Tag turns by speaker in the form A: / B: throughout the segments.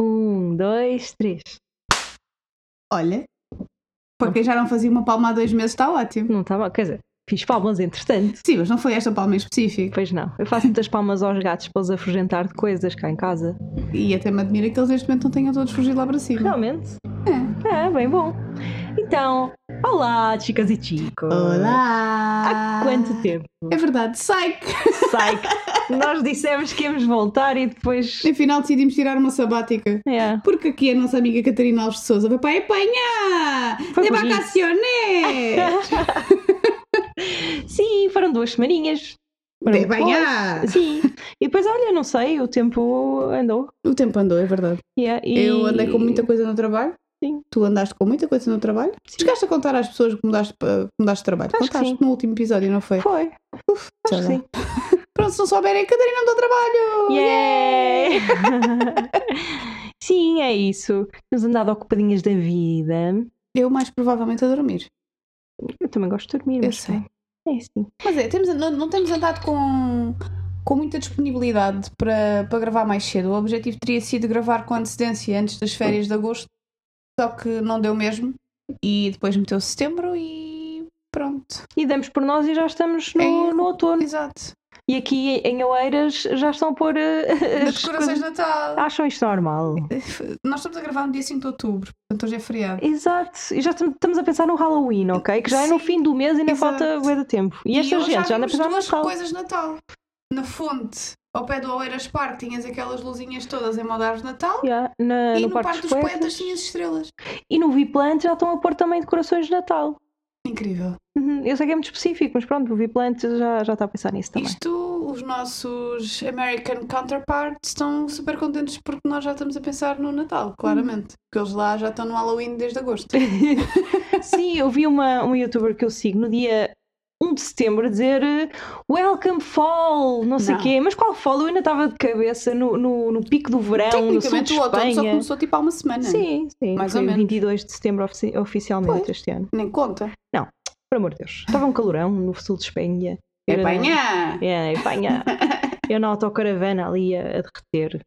A: Um, dois, três.
B: Olha, para quem já não fazia uma palma há dois meses está ótimo.
A: Não está mal. Quer dizer, fiz palmas entretanto.
B: Sim, mas não foi esta palma em específico.
A: Pois não. Eu faço muitas palmas aos gatos para os afugentar de coisas cá em casa.
B: E até me admira que eles neste momento não tenham todos fugido lá para cima.
A: Realmente. É, bem bom. Então, olá, chicas e chicos.
B: Olá!
A: Há quanto tempo?
B: É verdade, psych!
A: Psych. Nós dissemos que íamos voltar e depois.
B: Afinal decidimos tirar uma sabática.
A: É.
B: Porque aqui a nossa amiga Catarina Alves de Souza vai para a Espanha!
A: Foi
B: De
A: por isso.
B: vacaciones!
A: Sim, foram duas semaninhas. Foram
B: De banhar.
A: poucas. Sim. E depois, olha, não sei, o tempo andou.
B: O tempo andou, é verdade.
A: Yeah, e-
B: Eu andei com muita coisa no trabalho.
A: Sim.
B: Tu andaste com muita coisa no trabalho.
A: Sim.
B: Chegaste a contar às pessoas que mudaste, pa- que mudaste de trabalho.
A: Acho que
B: Contaste
A: sim.
B: no último episódio, não foi?
A: Foi.
B: Já
A: Acho que
B: dá.
A: sim.
B: Pronto, se não souberem, Catarina não dá
A: Oh,
B: trabalho!
A: Yay! sim, é isso. Temos andado ocupadinhas da vida.
B: Eu mais provavelmente a dormir.
A: Eu também gosto de dormir,
B: Eu
A: mas
B: sei.
A: é assim.
B: Mas é, temos, não, não temos andado com, com muita disponibilidade para, para gravar mais cedo. O objetivo teria sido gravar com antecedência antes das férias de agosto, só que não deu mesmo. E depois meteu setembro e pronto.
A: E damos por nós e já estamos no,
B: Em-
A: no outono.
B: Exato.
A: E aqui em Oeiras já estão a pôr. eh,
B: Nas
A: as
B: decorações de Natal.
A: Acham isto normal?
B: Nós estamos a gravar no dia 5 de outubro, portanto hoje é feriado.
A: Exato, e já tam- estamos a pensar no Halloween, ok? Que já é no
B: Sim,
A: fim do mês e ainda
B: exato.
A: falta bué de tempo. E, esta
B: hoje
A: gente já anda a
B: vimos
A: pensar no
B: duas
A: Natal.
B: coisas de Natal. Na fonte, ao pé do Oeiras Park, tinhas aquelas luzinhas todas em modo árvore de Natal.
A: Yeah, na-
B: e
A: no,
B: no, Parque dos Poetas, tinhas estrelas.
A: E no Viplant já estão a pôr também decorações de Natal.
B: Incrível.
A: Uhum, Eu sei que é muito específico, mas pronto, o Viplant já, já está a pensar nisso também.
B: Isto, os nossos American counterparts estão super contentes porque nós já estamos a pensar no
A: Hum.
B: Natal, claramente. Porque eles lá já estão no Halloween desde agosto.
A: É Sim, eu vi uma, uma youtuber que eu sigo no dia 1 de setembro a dizer eh, Welcome Fall, não sei o
B: Não.
A: quê. Mas qual Fall? Eu ainda estava de cabeça no, no, no pico do verão, um no sul de
B: Tecnicamente, o outono só
A: Espanha.
B: começou tipo há uma semana.
A: Sim, sim.
B: Mais
A: foi
B: ou menos.
A: 22 de setembro ofici- oficialmente
B: Pois.
A: este ano.
B: Nem conta.
A: Por amor de Deus. Estava um calorão no sul de Espanha.
B: É
A: Era-
B: banhar!
A: É, Espanha. Eu na autocaravana ali a, a derreter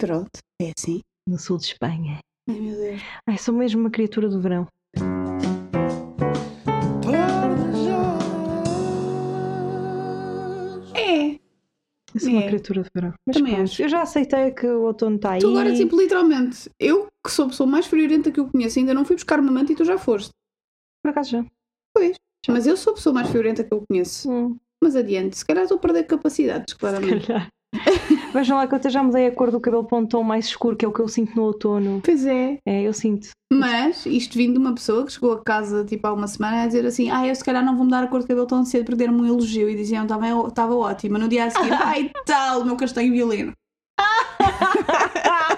B: Pronto, é assim.
A: no sul de Espanha.
B: Ai meu Deus.
A: Ai, sou mesmo uma criatura do verão.
B: É,
A: Eu sou uma
B: É.
A: criatura do verão. Mas
B: Também
A: pronto,
B: acho.
A: eu já aceitei que o outono está aí.
B: tu agora, tipo, literalmente, eu que sou a pessoa mais friorenta que eu conheço, ainda não fui buscar uma manta e tu já foste.
A: Por acaso já.
B: Mas eu sou a pessoa mais friorenta que eu conheço.
A: Hum,
B: Mas adiante, se calhar estou a perder capacidades, claramente.
A: se calhar. Vejam lá que eu até já mudei a cor do cabelo para um tom mais escuro, que é o que eu sinto no outono.
B: Pois é.
A: É, eu sinto.
B: Mas isto vindo de uma pessoa que chegou a casa tipo há uma semana a dizer assim: Ah, eu se calhar não vou mudar a cor de cabelo tão cedo para ter-me um elogio. E diziam: Estava ótima. No dia a seguir, ai tal, o meu castanho violino. Ah,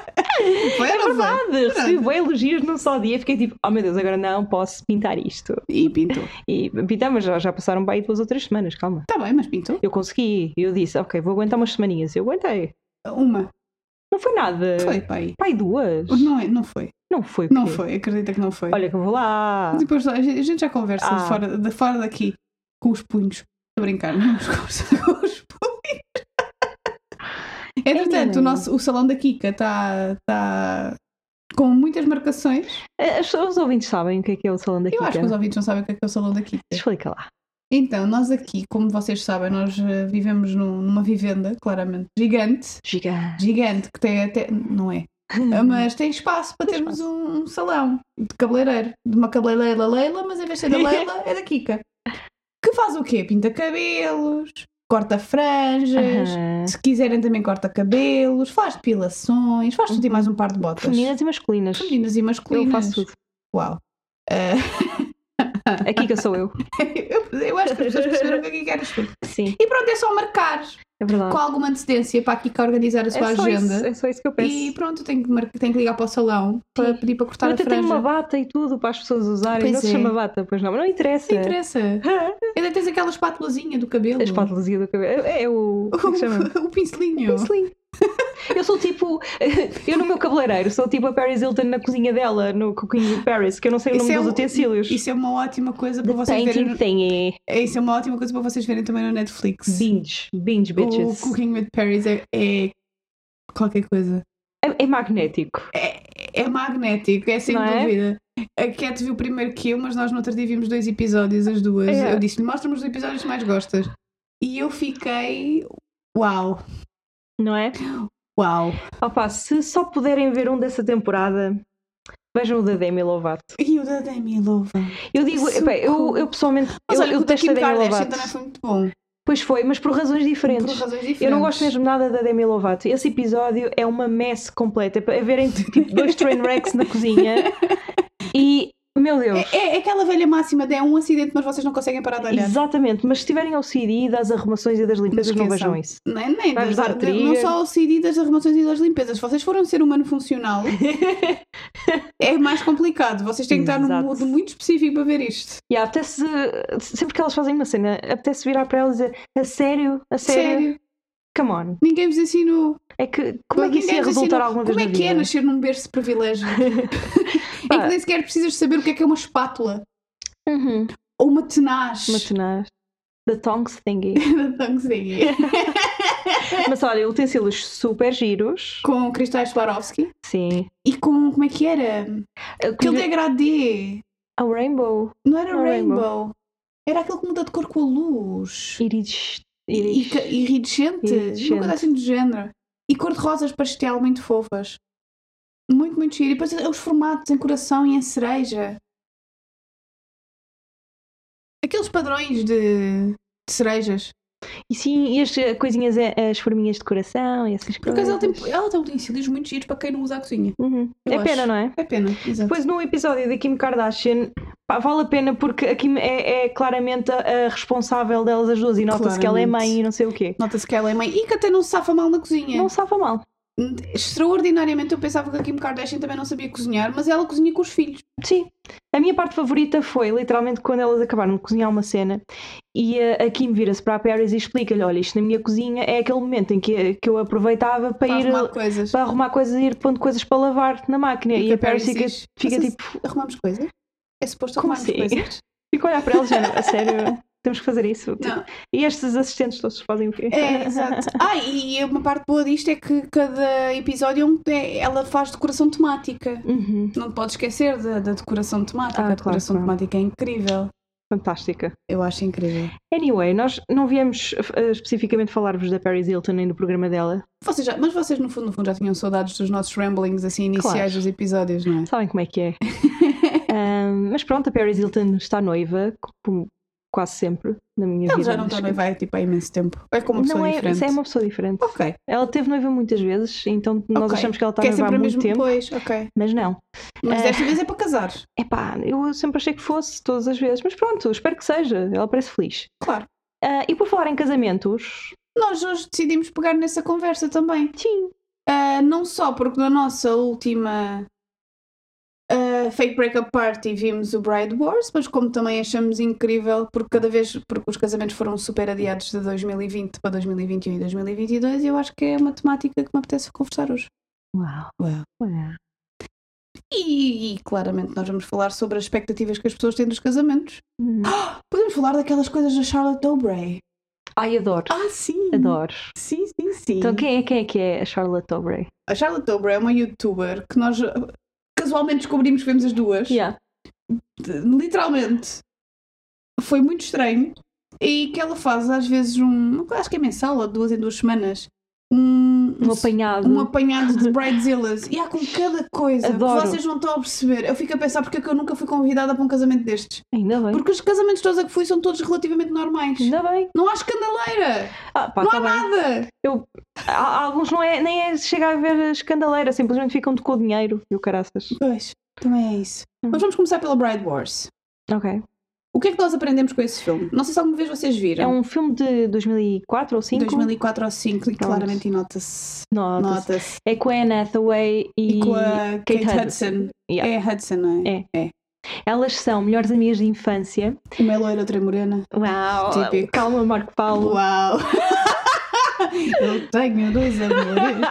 B: Foi ou não foi?
A: É Verdade, recebi bem elogios num só dia. Fiquei tipo, oh meu Deus, agora não posso pintar isto.
B: E pintou.
A: E pintamos, já, já passaram bem duas ou três semanas, calma.
B: Está bem, mas pintou.
A: Eu consegui, eu disse, ok, vou aguentar umas semaninhas. Eu aguentei.
B: Uma.
A: Não foi nada.
B: Foi, pai.
A: Pai, duas.
B: Não, é- não foi.
A: Não foi o
B: Não
A: quê?
B: foi. Acredita que não foi.
A: Olha que eu vou lá.
B: Depois a gente a gente já conversa
A: Ah.
B: de, fora, de fora daqui com os punhos. Estou a brincar, não vamos conversar com os punhos.
A: É
B: Entretanto, o, nosso, o salão da Kika está tá com muitas marcações.
A: Eh, As- Os ouvintes sabem o que é que é o salão da
B: Eu acho
A: Kika.
B: que os ouvintes não sabem o que é, que é o salão da Kika.
A: Explica lá.
B: Então, nós aqui, como vocês sabem, nós eh, vivemos num- numa vivenda, claramente, gigante.
A: Gigante.
B: Gigante, que tem até. Não é? Mas tem espaço para
A: Uhum. Tem
B: termos um, um salão de cabeleireiro, de uma cabeleireira Leila, mas em vez de ser da Leila, é da Kika. Que faz o quê? Pinta cabelos, corta franjas,
A: Aham.
B: se quiserem também corta cabelos, faz depilações, faz tudo e mais um par de botas.
A: Uhum. Femininas e masculinas.
B: Femininas e
A: Eu
B: masculinas.
A: faço tudo.
B: Uau. Ah,
A: A Kika sou eu.
B: eu, eu acho que as pessoas perceberam o que é que eras tu.
A: Sim,
B: E pronto, é só marcar
A: é verdade.
B: com alguma antecedência para a Kika organizar a sua
A: é, só isso,
B: agenda.
A: é só isso que eu peço.
B: E pronto, tenho que, mar- tenho que ligar para o salão para
A: Sim.
B: pedir para cortar
A: eu
B: a
A: até
B: franja.
A: tenho uma bata e tudo para as pessoas usarem.
B: Pois
A: não se
B: é.
A: chama bata, pois não, mas não interessa.
B: Não interessa. Ainda tens aquela espátulazinha do cabelo.
A: A espátulazinha do cabelo. É, é o. É Como é que chama?
B: O, o pincelinho.
A: Slim. Eu sou tipo. Eu no meu cabeleireiro sou tipo a Paris Hilton na cozinha dela, no Cooking with Paris, que eu não sei o nome
B: é
A: dos
B: um-
A: utensílios.
B: Isso é uma ótima coisa para
A: The
B: vocês verem.
A: painting
B: no-
A: thing
B: é, Isso é uma ótima coisa para vocês verem também no Netflix.
A: binge, binge bitches.
B: O Cooking with Paris é, é qualquer coisa.
A: É, é magnético.
B: É, É magnético, é sem
A: Não é?
B: dúvida. A Cat viu primeiro que eu, mas nós no outro dia vimos dois episódios, as duas.
A: É.
B: Eu disse-lhe, mostra-me os episódios que mais gostas. E eu fiquei. Uau,
A: não é?
B: uau.
A: Opa, se só puderem ver um dessa temporada, vejam o da Demi Lovato.
B: E o da Demi Lovato.
A: Eu digo,
B: Socorro.
A: epá, eu, eu pessoalmente,
B: Mas
A: eu,
B: olha,
A: eu
B: o da
A: detesto a
B: Kim
A: Demi
B: Kardashian
A: Lovato.
B: também foi muito bom.
A: Pois foi, mas por razões diferentes.
B: Por razões diferentes.
A: Eu não gosto mesmo nada da Demi Lovato. Esse episódio é uma mess completa. É para verem tipo, dois train wrecks na cozinha. E, meu Deus.
B: É, é aquela velha máxima de é um acidente, mas vocês não conseguem parar de olhar.
A: Exatamente, mas se tiverem ao CD das arrumações e das limpezas, não
B: esqueçam.
A: vejam isso.
B: Nem, nem
A: Vai-vos
B: das-
A: dar
B: de-
A: trigger.
B: é, não só o CD das arrumações e das limpezas. Se vocês forem um ser humano funcional, é mais complicado. Vocês têm que estar num
A: Exato.
B: mood muito específico para ver isto.
A: E apetece, sempre que elas fazem uma cena, apetece virar para elas e dizer a sério, a sério, come on.
B: Ninguém vos ensinou.
A: É que, como é que isso
B: Ninguém
A: ia
B: vos
A: resultar
B: ensinou.
A: alguma vez
B: Como é
A: na
B: que é
A: vida?
B: nascer num berço de privilégio? em que nem sequer precisas saber o que é que é uma espátula
A: Uhum.
B: ou uma tenaz.
A: Uma tenaz. The tongs thingy. Mas olha, utensílios super giros.
B: com cristais Swarovski
A: Sim.
B: e com. Como é que era? Aquele
A: A
B: degradê.
A: rainbow.
B: é Não era
A: Não,
B: rainbow.
A: rainbow.
B: Era aquele que muda de cor com a luz.
A: Iris.
B: E- E,
A: iris-
B: ca- iridescente.
A: Iridescente.
B: Uma coisa assim do género. E cor-de-rosas pastel muito fofas. Muito, muito giro. E depois os formatos em coração e em cereja. Aqueles padrões de, de cerejas.
A: E sim, e as eh, coisinhas, eh, as forminhas de coração e essas
B: Por
A: coisas.
B: acaso ela tem, ela tem utensílios muito giros para quem não usa a cozinha.
A: Uhum.
B: Eu
A: É pena,
B: acho.
A: não é?
B: É pena, exato.
A: Depois no episódio da Kim Kardashian, pá, vale a pena porque a Kim é, é claramente a, a responsável delas as duas e nota-se que ela é
B: Claramente. É.
A: mãe e não sei o quê.
B: Nota-se que ela é mãe e que até não se safa mal na cozinha.
A: Não safa mal.
B: Extraordinariamente eu pensava que a Kim Kardashian também não sabia cozinhar, mas ela cozinha com os filhos.
A: Sim. A minha parte favorita foi literalmente quando elas acabaram de cozinhar uma cena e a, a Kim vira-se para a Paris e explica-lhe: olha, isto na minha cozinha é aquele momento em que, que eu aproveitava para,
B: Para
A: ir
B: arrumar coisas.
A: para arrumar coisas e ir pondo coisas para lavar na máquina. E,
B: que
A: a Paris fica,
B: diz,
A: fica
B: "Vocês
A: tipo,
B: Arrumamos coisas? É suposto
A: Como
B: arrumarmos
A: assim?
B: coisas?
A: fica a olhar para elas, a sério, temos que fazer isso.
B: Não.
A: E estes assistentes todos fazem o quê?
B: É, exato. Ah, e uma parte boa disto é que cada episódio é um- é- ela faz decoração temática.
A: Uhum.
B: Não te podes esquecer da, da decoração temática.
A: Ah,
B: a decoração
A: claro, claro.
B: temática é incrível.
A: Fantástica.
B: Eu acho incrível.
A: Anyway, nós não viemos eh, especificamente falar-vos da Paris Hilton nem do programa dela.
B: Vocês já- mas vocês, no fundo, no fundo, já tinham saudades dos nossos ramblings assim iniciais
A: Claro.
B: dos episódios, não é?
A: Sabem como é que é. Ahm, mas pronto, a Paris Hilton está noiva, como quase sempre na minha
B: Ela
A: vida.
B: já não está
A: mas-
B: noiva há, tipo, há imenso tempo. É como uma pessoa
A: Não é,
B: diferente.
A: isso é uma pessoa diferente.
B: Ok.
A: Ela teve noiva muitas vezes, então nós
B: Ok.
A: achamos que ela está
B: Que é
A: noiva há
B: sempre o
A: muito
B: mesmo
A: tempo,
B: depois, ok.
A: mas não.
B: Mas
A: É.
B: desta vez é para casar.
A: Epá, eu sempre achei que fosse todas as vezes, mas pronto, espero que seja. Ela parece feliz.
B: Claro.
A: Ah, e por falar em casamentos,
B: Nós hoje decidimos pegar nessa conversa também.
A: sim,
B: Ah, não só porque na nossa última ah, Fake Breakup Party vimos o Bride Wars, mas como também achamos incrível, porque cada vez porque os casamentos foram super adiados de 2020 para 2021 e 2022, e eu acho que é uma temática que me apetece conversar hoje.
A: uau,
B: Uau.
A: uau.
B: E, e claramente nós vamos falar sobre as expectativas que as pessoas têm dos casamentos.
A: Hum.
B: Podemos falar daquelas coisas da Charlotte Dobray.
A: Ai, adoro,
B: Ah, sim!
A: adoro.
B: Sim, sim, sim.
A: Então quem é, quem é que é a Charlotte Aubrey?
B: A Charlotte Dobra é uma youtuber que nós uh, casualmente descobrimos que vemos as duas. De- Literalmente. Foi muito estranho. E que ela faz às vezes um. Acho que é mensal ou duas em duas semanas. Um,
A: Um apanhado.
B: um apanhado de bridezillas. e há com cada coisa
A: Adoro.
B: que vocês não estão a perceber. Eu fico a pensar porque é que eu nunca fui convidada para um casamento destes.
A: Ainda bem.
B: Porque os casamentos todos a que fui são todos relativamente normais.
A: Ainda bem.
B: Não há escandaleira!
A: Ah, pá,
B: não
A: tá
B: há
A: bem.
B: nada!
A: Há- há Alguns não é, nem é chega a ver escandaleira, simplesmente ficam de com o dinheiro e o caraças.
B: Pois, também é isso.
A: Hum.
B: Mas vamos começar pela Bride Wars.
A: Ok.
B: O que é que nós aprendemos com esse filme? Não sei se alguma vez vocês viram.
A: É um filme de 2004 ou 5?
B: 2004 ou 5 e
A: Pronto.
B: claramente nota-se.
A: Nota.
B: Nota-se.
A: É com a Anne Hathaway e,
B: E com a Kate,
A: Kate
B: Hudson.
A: Yeah.
B: É a Hudson, não é?
A: elas são melhores amigas de infância.
B: Uma é loira, outra é morena.
A: Uau!
B: Típico.
A: Calma, Marco Paulo.
B: Uau! Eu tenho dois amores.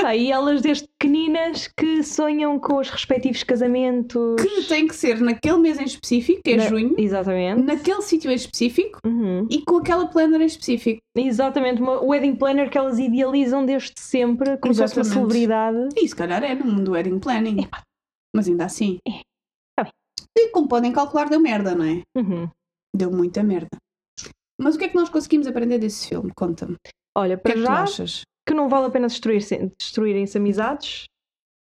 A: sei, elas desde pequeninas que sonham com os respectivos casamentos.
B: Que tem que ser naquele mês em específico, que é
A: Na-
B: junho,
A: Exatamente.
B: naquele sítio em específico
A: Uhum.
B: e com aquela planner em específico.
A: Exatamente, uma wedding planner que elas idealizam desde sempre, como se fosse uma
B: Exatamente.
A: celebridade.
B: E se calhar é no mundo do wedding planning. Mas ainda assim.
A: É. Tá bem.
B: E como podem calcular, deu merda, não é?
A: Uhum.
B: Deu muita merda. Mas o que é que nós conseguimos aprender desse filme? Conta-me. O
A: Olha,
B: que
A: para
B: é que tu
A: já,
B: achas?
A: que não vale a pena destruir-se- destruírem-se amizades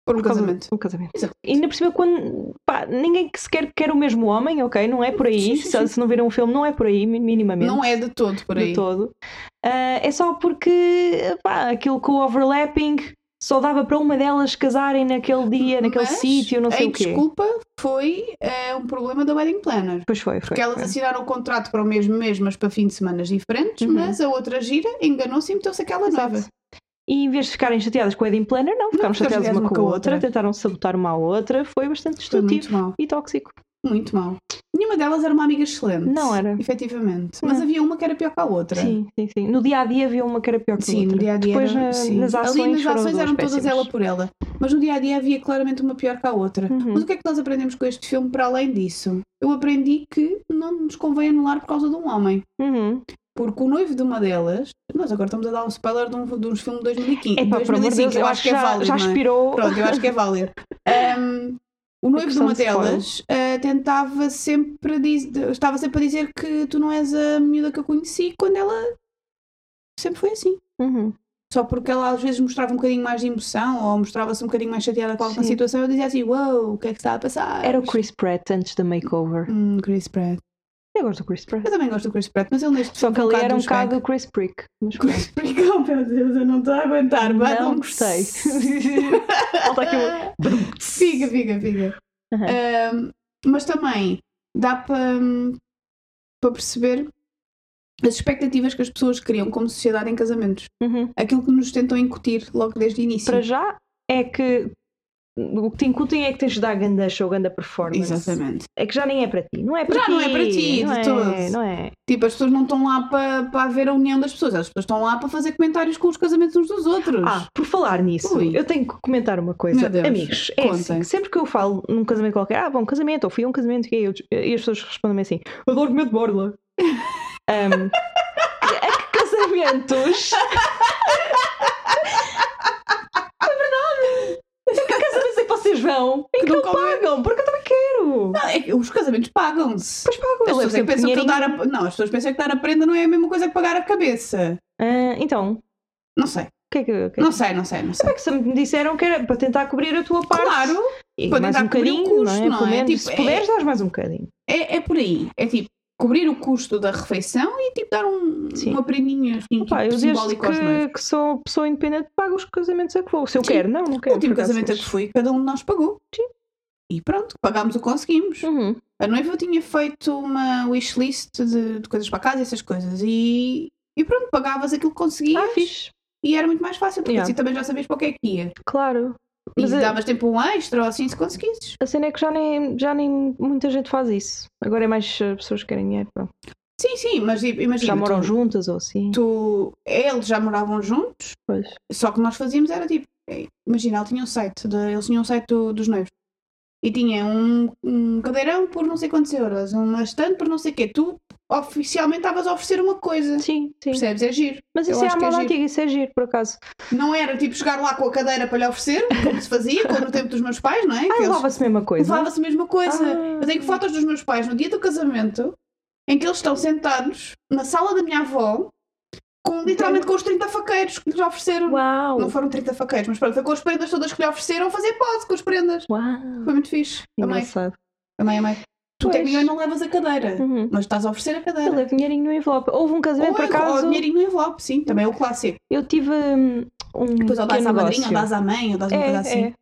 B: Por um
A: por causa
B: casamento.
A: de um casamento.
B: Exato.
A: E ainda por cima, quando, pá, ninguém que sequer quer o mesmo homem, ok? Não é por aí.
B: Sim, sim,
A: se,
B: sim.
A: se não viram o filme, não é por aí, mi- minimamente.
B: Não é de todo por aí.
A: De todo. Ah, é só porque, pá, aquilo com o overlapping só dava para uma delas casarem naquele dia, É naquele
B: Mas é
A: sítio, não sei
B: a
A: o quê.
B: desculpa foi eh, um problema da wedding planner.
A: Pois foi, foi.
B: Porque elas
A: foi.
B: assinaram o contrato para o mesmo mês, mas para fim de semanas diferentes,
A: Uhum.
B: mas a outra gira enganou-se e meteu-se aquela
A: Exato.
B: nova.
A: E em vez de ficarem chateadas com a Wedding Planner, não, ficaram
B: ficaram
A: chateadas uma com a outra, tentaram sabotar uma à outra, foi bastante
B: Foi
A: destrutivo
B: muito mal,
A: e tóxico.
B: muito mal. Nenhuma delas era uma amiga excelente.
A: Não era.
B: Efetivamente. Mas
A: Não.
B: havia uma que era pior que a outra.
A: Sim, sim, sim. No dia a dia havia uma que era pior que
B: Sim,
A: outra.
B: no dia a dia.
A: Depois
B: era-
A: na-
B: sim.
A: nas ações,
B: Ali nas
A: foram
B: ações
A: duas
B: eram todas
A: péssimas.
B: ela por ela. Mas no dia a dia havia claramente uma pior que a outra.
A: Uhum.
B: Mas o que é que nós aprendemos com este filme para além disso? Eu aprendi que não nos convém anular por causa de um homem.
A: Uhum.
B: Porque o noivo de uma delas. Nós agora estamos a dar um spoiler de, um, de uns filmes de 2015.
A: É pá, por amor de
B: 2005,
A: Deus, eu acho que
B: é
A: já,
B: válido.
A: já
B: não é?
A: expirou.
B: Pronto, eu acho que é válido. Ahm, o noivo de
A: questão
B: uma
A: de spoiler.
B: delas ah, tentava sempre diz- estava sempre a dizer que tu não és a miúda que eu conheci quando ela sempre foi assim.
A: Uhum.
B: Só porque ela às vezes mostrava um bocadinho mais de emoção ou mostrava-se um bocadinho mais chateada com alguma
A: Sim.
B: situação, eu dizia assim: Uou, o que é que está a passar?
A: Era o Chris Pratt antes da makeover.
B: Hum, Chris Pratt.
A: Eu gosto do Chris Pratt.
B: Eu também gosto do Chris Pratt, mas ele neste
A: Só que ali era um
B: bocado
A: bocado o Chris Prick. Mas
B: Chris Pratt, oh meu Deus, eu não estou a aguentar,
A: pronto.
B: bate
A: não
B: um-
A: gostei. Falta aqui uma-
B: Fica, fica, fica.
A: Aham.
B: Ahm, mas também dá para para perceber as expectativas que as pessoas criam como sociedade em casamentos.
A: Uhum.
B: Aquilo que nos tentam incutir logo desde o início.
A: Para já é que o que te incutem é que tens de dar ganda show, ganda performance.
B: Exatamente.
A: É que já nem é para ti. Não é para
B: Já
A: ti.
B: não é para ti,
A: não
B: de
A: é,
B: todo.
A: Não é.
B: Tipo, as pessoas não estão lá para, para ver a união das pessoas, as pessoas estão lá para fazer comentários com os casamentos uns dos outros.
A: Ah, por falar nisso,
B: Ui.
A: eu tenho que comentar uma coisa.
B: Meu Deus,
A: Amigos, é
B: contem.
A: assim, sempre que eu falo num casamento qualquer, ah, bom casamento, ou fui a um casamento, e, eu, e as pessoas respondem-me assim, adoro comer de borla. Ahm, é que casamentos... é verdade! Que casamentos é que vocês vão? Em que,
B: Que não
A: não
B: comem.
A: pagam, porque eu também quero.
B: Ah, é que os casamentos pagam-se.
A: Pois pagam,
B: As
A: eu levo
B: pessoas, é que
A: sempre
B: pensam que eu
A: dinheirinho.
B: dar a... Não, as pessoas pensam que dar a prenda não é a mesma coisa que pagar a cabeça.
A: Ah, então, o
B: Não sei,
A: que é que... o que é que-
B: não sei, não sei, não sei.
A: é que se me disseram que era para tentar cobrir a tua parte.
B: Claro,
A: E
B: Para
A: mais
B: tentar
A: um
B: cobrir o
A: bocadinho,
B: custo,
A: não é?
B: não
A: Pelo
B: é?
A: menos,
B: Tipo,
A: se
B: é-
A: puderes, dás mais um bocadinho.
B: é, é por aí. É tipo, cobrir o custo da refeição e tipo dar um,
A: Sim.
B: uma prendinha assim,
A: Opa, eu
B: tipo,
A: desde
B: simbólica aos noivos.
A: que, que sou pessoa independente pago os casamentos a que vou. Se eu
B: Sim.
A: quero, não, não
B: O
A: quero.
B: último
A: por acaso,
B: casamento a que fui, cada um de nós pagou.
A: Sim.
B: E pronto, pagámos o que conseguimos.
A: mas- Uhum.
B: A noiva tinha feito uma wishlist de, de coisas para casa, essas coisas. E, e pronto, pagavas aquilo que conseguias.
A: Ah, fixe.
B: E era muito mais fácil, porque
A: Yeah.
B: assim também já sabias para o que é que ia.
A: Claro. Mas eh,
B: e
A: a-
B: davas tempo um extra ou assim se conseguisses.
A: A cena é que já nem, já nem muita gente faz isso. Agora é mais eh, pessoas que querem dinheiro. pronto.
B: Sim, sim, mas tipo, imagina.
A: Já moram
B: tu,
A: juntas ou assim.
B: tu- Eles já moravam juntos,
A: Pois.
B: só que nós fazíamos era tipo. eh, Imagina, ele tinha um site, de- eles tinham um site do- dos noivos. E tinha um, um cadeirão por não sei quantos euros, uma estante por não sei o quê. Tu oficialmente estavas a oferecer uma coisa.
A: Sim, sim.
B: Percebes? É giro.
A: Mas
B: Eu
A: isso é
B: acho
A: a
B: que é
A: moda
B: giro.
A: antiga, isso é giro, por acaso.
B: Não era tipo chegar lá com a cadeira para lhe oferecer, como se fazia, como no tempo dos meus pais, não é?
A: Ah,
B: Que eles-
A: levava-se a mesma coisa.
B: Levava-se a mesma coisa.
A: Ah.
B: Eu tenho fotos dos meus pais no dia do casamento em que eles estão sentados na sala da minha avó com literalmente com os 30 faqueiros que lhes ofereceram.
A: Uau!
B: Não foram 30 faqueiros, mas pronto, foi com as prendas todas que lhe ofereceram fazer pose com as prendas.
A: Uau!
B: Foi muito fixe. Amei,
A: Engraçado.
B: amei, amei. Tu
A: Pois.
B: até melhor não levas a cadeira,
A: Uhum.
B: mas estás a oferecer a
A: Eu
B: cadeira.
A: levo dinheirinho no envelope. Houve um
B: Ou,
A: casamento, por
B: ou
A: acaso.
B: dinheirinho no envelope, sim, também é o clássico.
A: Eu tive hum, um.
B: Depois ou dás
A: pequeno
B: à madrinha,
A: negócio.
B: ou dás à mãe, ou dás uma
A: É,
B: coisa assim.
A: é.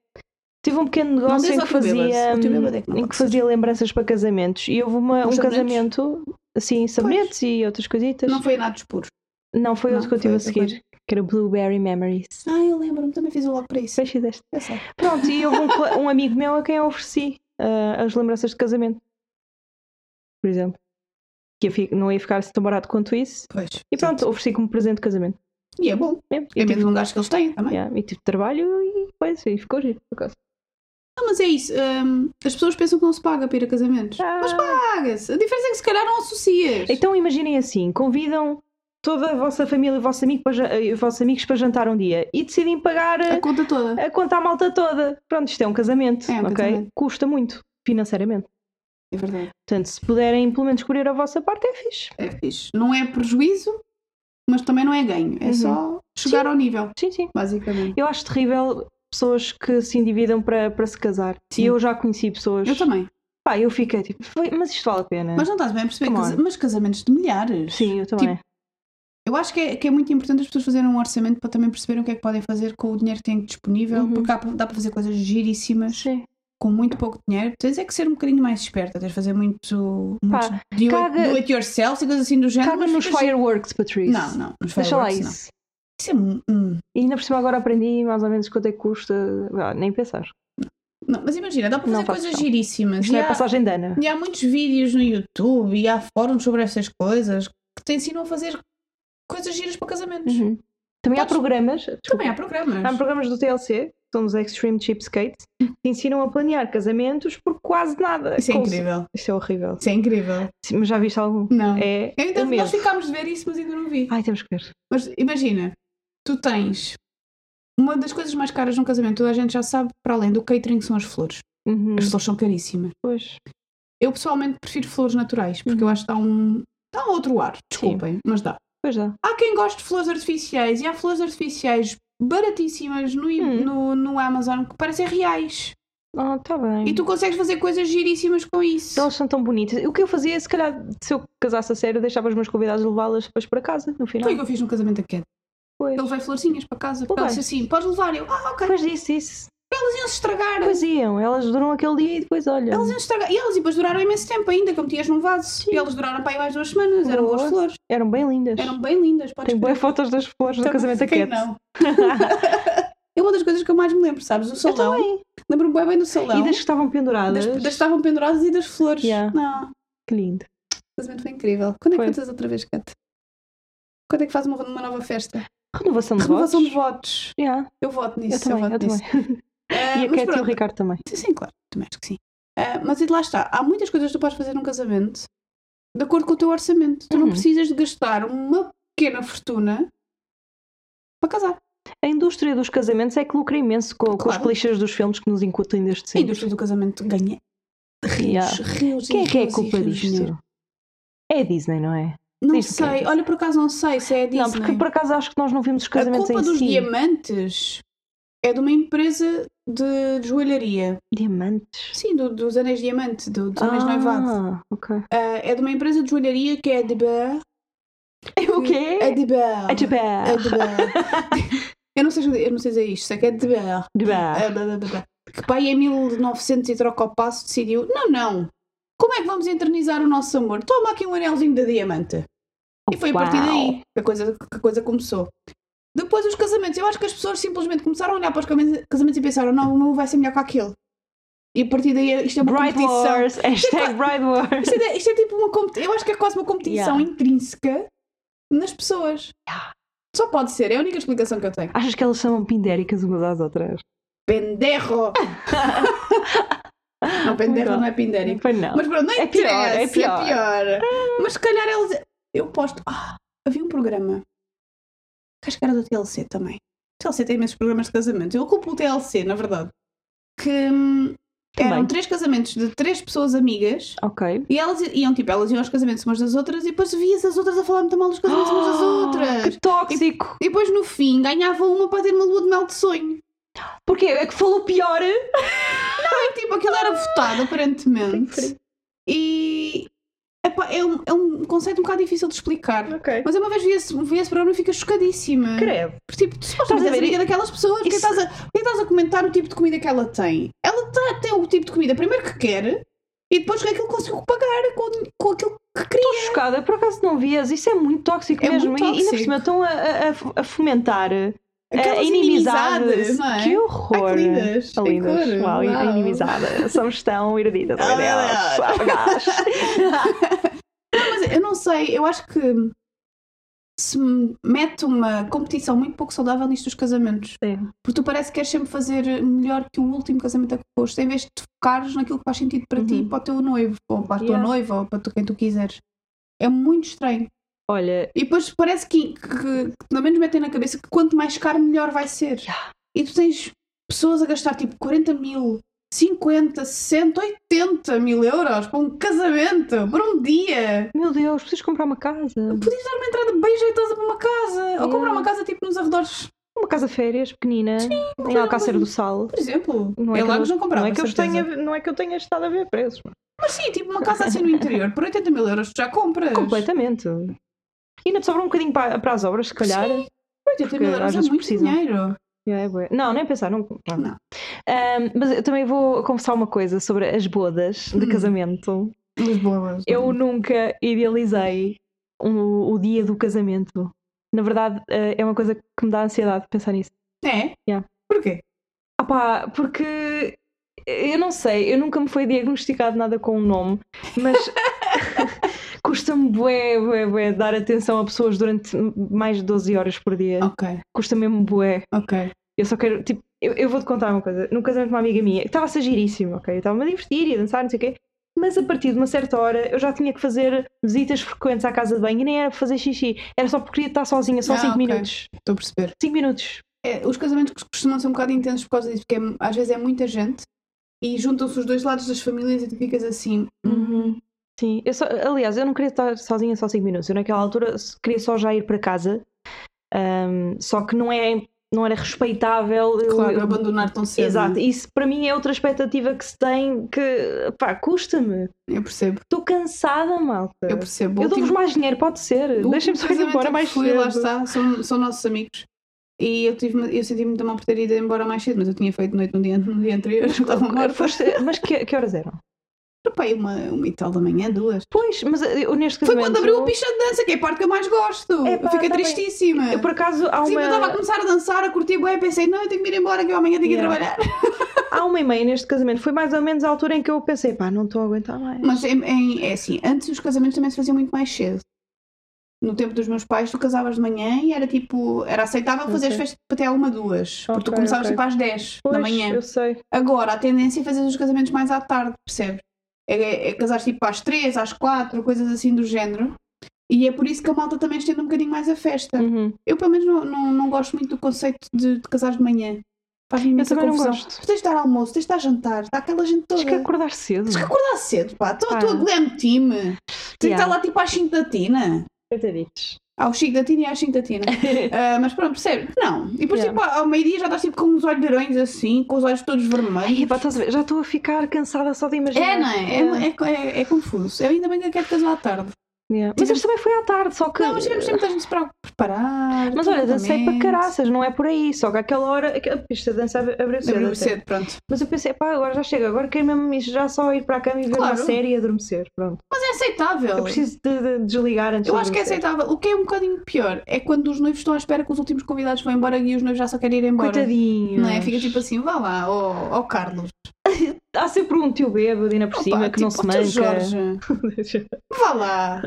A: Tive um pequeno negócio
B: dês
A: em
B: ao
A: que
B: teu bêbado.
A: fazia,
B: O teu bêbado é que não
A: em
B: pode
A: que fazia lembranças para casamentos e houve uma-
B: Com
A: um
B: sabonetes?
A: casamento assim, sabonetes e outras coisitas.
B: Não foi nada espuros.
A: Não, foi
B: Não,
A: outro que eu
B: foi
A: tive a
B: outra
A: seguir,
B: coisa.
A: que era Blueberry Memories.
B: Ah, eu lembro-me, também fiz o logo para isso. É
A: Sei se deste.
B: Eu sei.
A: Pronto, e houve um, cole- um amigo meu a quem eu ofereci ah, as lembranças de casamento, por exemplo. Que ia fi- não ia ficar assim tão barato quanto isso.
B: Pois.
A: E pronto, ofereci como presente de casamento.
B: E é bom.
A: mesmo.
B: É
A: E,
B: menos
A: tive,
B: um gajo que eles têm também.
A: yeah, e tive trabalho e coisa, e ficou giro, por acaso.
B: Ah, mas é isso. hum, as pessoas pensam que não se paga para ir a casamentos.
A: Ah.
B: Mas paga-se. A diferença é que se calhar não associas.
A: Então imaginem assim: convidam toda a vossa família e vosso amigo para ja- eh, os vossos amigos para jantar um dia e decidem pagar
B: A
A: eh,
B: conta toda.
A: a conta à malta toda. Pronto, isto é um casamento,
B: É um
A: ok?
B: casamento.
A: Custa muito, financeiramente.
B: É verdade.
A: Portanto, se puderem pelo menos escolher a vossa parte, é fixe.
B: É fixe. Não é prejuízo, mas também não é ganho. É
A: Uhum.
B: só chegar ao nível,
A: Sim, sim.
B: basicamente.
A: Eu acho terrível pessoas que se endividam para, para se casar.
B: Sim.
A: E eu já conheci pessoas.
B: Eu é. também.
A: Pá, eu fiquei tipo, "Foi- mas isto vale a pena.
B: Mas não estás bem a perceber.
A: Come
B: casa-
A: on.
B: Mas casamentos de milhares.
A: Sim, eu também.
B: tipo, Eu acho que é, que é muito importante as pessoas fazerem um orçamento para também perceberem o que é que podem fazer com o dinheiro que têm disponível,
A: Uhum.
B: porque dá para, dá para fazer coisas giríssimas
A: Sim.
B: com muito pouco dinheiro. Tens é que ser um bocadinho mais esperta, tens de fazer muito. muito
A: Pá,
B: do,
A: caga-
B: it, do it yourself e coisas assim do género.
A: Caga
B: mas
A: nos
B: ficas-
A: fireworks, Patrícia.
B: Não, não, nos
A: Deixa lá
B: fireworks, não.
A: isso.
B: Isso é. mu- hum.
A: E ainda por cima agora aprendi mais ou menos quanto é que custa. Ah, nem pensar.
B: Não, mas imagina, dá para
A: Não
B: fazer
A: faço
B: coisas
A: questão.
B: giríssimas.
A: Isto
B: E
A: é a
B: há-
A: passagem de Ana.
B: E há muitos vídeos no YouTube e há fóruns sobre essas coisas que te ensinam a fazer coisas giras para casamentos.
A: Uhum. Também há
B: Podes-
A: programas. desculpa,
B: Também há programas.
A: há programas do TLC, que são os Extreme Cheapskates, que ensinam a planear casamentos por quase nada.
B: Isso é
A: Com-
B: incrível.
A: Isto é horrível.
B: Isso é incrível.
A: Sim, Mas já viste algum?
B: Não.
A: É.
B: Eu ainda,
A: é
B: Então, nós
A: mesmo.
B: ficámos de ver isso, mas ainda não vi.
A: Ai, temos que ver.
B: Mas imagina, tu tens uma das coisas mais caras num casamento, toda a gente já sabe, para além do catering, são as flores.
A: Uhum.
B: As flores são caríssimas.
A: Pois.
B: Eu pessoalmente prefiro flores naturais, porque
A: Uhum.
B: eu acho que dá um. dá um outro ar, desculpem, mas dá.
A: Pois dá.
B: Há quem goste de flores artificiais e há flores artificiais baratíssimas no, i-
A: Hum.
B: no, no Amazon que parecem reais.
A: Ah, tá bem. Então
B: E tu consegues fazer coisas giríssimas com isso.
A: Elas são tão bonitas. O que eu fazia, se calhar, se eu casasse a sério, deixava os meus convidados levá-las depois para casa, no final.
B: Foi o que eu fiz no casamento da Cat.
A: Pois.
B: Ele vai florzinhas para casa.
A: Pois.
B: Ela disse assim: podes levar? Eu, ah, ok.
A: Depois disse isso.
B: Elas iam se estragar.
A: Depois iam. Elas duram aquele dia e depois olha.
B: Elas iam se estragar. E elas e depois duraram imenso tempo ainda, que eu metias num vaso.
A: Uhum. Sim.
B: E elas duraram para aí mais duas semanas. Eram
A: Boa.
B: boas flores.
A: Eram bem lindas.
B: Eram bem lindas. Podes
A: Tenho boas
B: pedir.
A: fotos das flores do
B: Então,
A: casamento da
B: quem
A: Cat.
B: não? É uma das coisas que eu mais me lembro, sabes? Do
A: Eu
B: salão.
A: também.
B: Lembro-me bem bem do salão.
A: E das que estavam
B: das,
A: penduradas.
B: das que estavam penduradas e das flores.
A: Yeah.
B: Não.
A: Que lindo.
B: O casamento foi incrível. Quando é que
A: Foi.
B: fazes outra vez, Cat? Quando é que fazes uma, uma nova festa?
A: Renovação de
B: Renovação
A: votos.
B: de votos.
A: Yeah,
B: Eu voto nisso.
A: eu também, eu
B: voto nisso.
A: também.
B: Ah,
A: E a
B: mas
A: Cat e o
B: pronto.
A: Ricardo também.
B: Sim, sim, claro. Também acho que sim. Ah, mas e lá está. Há muitas coisas que tu podes fazer num casamento de acordo com o teu orçamento. Tu não
A: Uhum.
B: precisas de gastar uma pequena fortuna para casar.
A: A indústria dos casamentos é que lucra imenso com, com os
B: Claro.
A: clichês dos filmes que nos incutem desde
B: A
A: sempre.
B: indústria do casamento ganha rios,
A: Yeah.
B: rios e
A: Quem é que é
B: rios e
A: culpa
B: rios de dinheiro.
A: disto? É a Disney, não é?
B: Não
A: Diz-me quem é
B: sei. Olha, por acaso não sei se é a Disney.
A: Não, porque por acaso acho que nós não vimos os casamentos
B: a culpa
A: em
B: dos
A: si.
B: diamantes é de uma empresa de joalharia.
A: Diamantes.
B: Sim, do- dos anéis de diamante, do, dos anéis de noivado.
A: ah, ok.
B: Ah, é de uma empresa de joalharia que é de Bear.
A: É o
B: É
A: quê?
B: de Bear.
A: É de
B: É
A: bar.
B: de Bear. eu, não sei, se- eu não sei dizer isto, sei que é de Bear.
A: De bar.
B: É, blá, blá, blá, blá. Que pai em 1900 e troca o passo decidiu: não, não, como é que vamos eternizar o nosso amor? Toma aqui um anelzinho de diamante. E foi a partir
A: Uau.
B: daí que a coisa, que a coisa começou. Depois os casamentos, eu acho que as pessoas simplesmente começaram a olhar para os casamentos casamentos e pensaram: não, o meu vai ser melhor que aquele. E a partir daí isto é uma
A: Bride
B: competição. É
A: Wars. Hashtag Bride Wars.
B: Isto é, isto é tipo uma competição. Eu acho que é quase uma competição
A: Yeah.
B: intrínseca nas pessoas.
A: Yeah.
B: Só pode ser, é a única explicação que eu tenho.
A: Achas que elas são pendéricas umas às outras?
B: Penderro! não, penderro não é pindérico.
A: Pois não.
B: Mas pronto, não
A: É pior,
B: interessa,
A: é pior.
B: pior. Mas se calhar eles. Eu posto. Ah, havia um programa. Que acho que era do TLC também. O TLC tem imensos programas de casamento. Eu culpo o TLC, na verdade. Que hum, eram
A: Também.
B: três casamentos de três pessoas amigas.
A: Ok.
B: E elas iam, tipo, elas iam aos casamentos umas das outras e depois vias as outras a falar muito mal dos casamentos umas das outras.
A: Que tóxico!
B: E depois no fim ganhava uma para ter uma lua de mel de sonho.
A: Porquê? É que falou pior?
B: E, tipo, aquilo era votado aparentemente. E epá, é, um, é um conceito um bocado difícil de explicar.
A: Ok.
B: Mas eu uma vez vi esse, vi esse programa e fica chocadíssima.
A: Credo.
B: Porque, tipo, tu
A: Estás
B: supostamente
A: a
B: és
A: ver?
B: amiga daquelas pessoas. Porquê
A: Isso-
B: estás, a, porquê estás a comentar o tipo de comida que ela tem? Ela tá- tem o tipo de comida primeiro que quer e depois que aquilo conseguiu pagar com, com aquilo que queria.
A: Estou chocada, por acaso não vias? Isso é muito tóxico
B: É
A: mesmo.
B: muito
A: E ainda por
B: tóxico.
A: cima estão a, a- a fomentar eh, a
B: Aquelas
A: inimizades.
B: não é?
A: É Que
B: Ai,
A: horror!
B: que lindas.
A: Ah,
B: Tem
A: lindas.
B: cor.
A: Uau,
B: Uau.
A: inimizada. Somos tão eruditas.
B: Ah,
A: meu Deus.
B: meu
A: Ah, meu Deus.
B: Mas eu não sei, eu acho que se mete uma competição muito pouco saudável nisto dos casamentos.
A: Sim.
B: Porque tu parece que queres sempre fazer melhor que o último casamento a que foste, em vez de te focares naquilo que faz sentido para ti,
A: Uhum.
B: para o teu noivo, ou para a tua
A: Yeah.
B: noiva, ou para tu- quem tu quiseres. É muito estranho.
A: Olha,
B: E depois parece que, que, que pelo menos metem na cabeça que quanto mais caro, melhor vai ser.
A: Yeah.
B: E tu tens pessoas a gastar tipo 40 mil, 50, 60, 80 mil euros para um casamento, para um dia.
A: meu Deus, precisas comprar uma casa.
B: Podias dar uma entrada bem jeitosa para uma casa. Ou comprar
A: Yeah.
B: uma casa tipo nos arredores.
A: Uma casa de férias pequenina em
B: comprar
A: Alcácer
B: uma-
A: do Sal.
B: Por exemplo,
A: Não é
B: em
A: que eu-
B: Lagos não comprava.
A: Não é, que eu
B: certeza.
A: tenha, não é que eu tenha estado a ver preços.
B: Mas sim, tipo uma casa assim no interior, por 80 mil euros tu já compras.
A: Completamente. E ainda te sobra um bocadinho para, para as obras, se calhar.
B: Por 80 mil
A: porque às
B: euros é
A: vezes
B: muito
A: precisam.
B: dinheiro.
A: É, é bué. Não, nem pensar, não. não.
B: Não.
A: Ahm, mas eu também vou confessar uma coisa sobre as bodas de
B: Hum.
A: casamento.
B: Lisboa.
A: Eu nunca idealizei um- o dia do casamento. Na verdade, eh, é uma coisa que me dá ansiedade pensar nisso.
B: É?
A: Yeah.
B: Porquê?
A: Ah pá, porque eu não sei, eu nunca me foi diagnosticado nada com um nome, mas custa-me bué, bué, bué dar atenção a pessoas durante mais de 12 horas por dia.
B: Ok,
A: Custa mesmo bué.
B: ok.
A: Eu só quero, tipo, eu, eu vou-te contar uma coisa. No casamento de uma amiga minha, estava a ser giríssimo, ok? Eu Estava-me a divertir e a dançar, não sei o quê. Mas a partir de uma certa hora eu já tinha que fazer visitas frequentes à casa de banho e nem era para fazer xixi, era só porque queria estar sozinha, só
B: Ah,
A: 5
B: ok.
A: minutos.
B: Estou a perceber.
A: 5 minutos.
B: É, os casamentos cos- costumam ser um bocado intensos por causa disso, porque é- às vezes é muita gente e juntam-se os dois lados das famílias e tu ficas assim.
A: Uhum. Sim, eu só, aliás, eu não queria estar sozinha só 5 minutos. Eu naquela altura s- queria só já ir para casa. Ahm, só que não é não era respeitável. eu-
B: Claro,
A: eu-
B: abandonar tão cedo.
A: Exato, isso para mim é outra expectativa que se tem que, pá, custa-me.
B: Eu percebo,
A: Estou cansada, malta.
B: eu percebo. O
A: Eu dou-vos
B: último-
A: mais dinheiro, pode ser.
B: o
A: Deixem-me
B: último
A: só ir
B: casamento
A: embora
B: que
A: mais
B: fui,
A: cedo.
B: lá está, são, são nossos amigos. E eu, tive, eu senti-me tão mal por ter ido embora mais cedo, mas eu tinha feito noite no dia, no dia anterior, estava morta.
A: Foste- Mas que, que horas eram?
B: Pai, uma, uma e tal da manhã, duas.
A: Pois, mas eh, eu neste
B: Foi
A: casamento...
B: quando abriu o picha de dança, que é a parte que eu mais gosto.
A: É, pá,
B: eu fiquei
A: tá bem.
B: tristíssima.
A: Eu, por acaso, há
B: Sim, eu estava a
A: uma,
B: começar a dançar, a curtir bem, pensei, não, eu tenho que ir embora, que eu amanhã tenho que ir
A: Yeah.
B: trabalhar.
A: há uma e meia neste casamento. Foi mais ou menos a altura em que eu pensei, pá, não estou a aguentar mais.
B: Mas em- em- é assim, antes os casamentos também se faziam muito mais cedo. No tempo dos meus pais, tu casavas de manhã e era tipo, era aceitável fazer as
A: Ok.
B: festas até à uma, duas. Porque tu
A: Ok,
B: começavas
A: ok.
B: tipo às 10
A: Pois,
B: da manhã.
A: eu sei.
B: Agora, a tendência é fazer os casamentos mais à tarde, percebes? É, é, é casar tipo às três, às quatro, coisas assim do género. E é por isso que a malta também estende um bocadinho mais a festa.
A: Uhum.
B: Eu, pelo menos, não, não, não gosto muito do conceito de, de casar de manhã. Faz-me imensa
A: também não
B: confusão.
A: gosto.
B: Tu tens de estar a almoço, tens de estar a jantar, está aquela gente toda.
A: Tens que acordar cedo. é?
B: Tens que acordar cedo, pá. Estou a
A: Ah.
B: tua glam team. Tens que
A: Yeah.
B: estar lá tipo às 5 da tina.
A: Coitaditos.
B: Ao 5 da tina e às 5 da tina. Ah, mas pronto, percebe? Não. E depois
A: Yeah.
B: tipo ao meio-dia já estás tipo com uns olharões assim, com os olhos todos vermelhos.
A: Ai, pá, estás a ver? Já estou a ficar cansada só de imaginar.
B: É, não é? É, é- é- é confuso. Eu ainda bem que eu quero casar à tarde.
A: Yeah. Mas
B: Tivemos-
A: isto também foi à tarde, só que.
B: Tipo- Não, mas tivemos sempre a gente para preparar.
A: Mas
B: tudo
A: olha, dancei para
B: também.
A: caraças, não é por aí. Só que àquela hora, a pista de dança abriu cedo.
B: Abriu
A: até.
B: cedo, pronto.
A: Mas eu pensei, pá, agora já chega, agora quero mesmo isto, já só ir para a cama e ver uma
B: Claro.
A: série e adormecer. Pronto.
B: Mas é aceitável.
A: Eu preciso de, de desligar antes
B: Eu
A: de
B: acho que é
A: adormecer.
B: aceitável. O que é um bocadinho pior é quando os noivos estão à espera que os últimos convidados vão embora e os noivos já só querem ir embora.
A: Coitadinho.
B: Não é? Fica tipo assim, vá lá, ó ó Carlos.
A: Há sempre um tio bêbado ainda por
B: Opa,
A: cima que não se
B: tipo, ó, tio
A: manca.
B: Jorge, vá lá.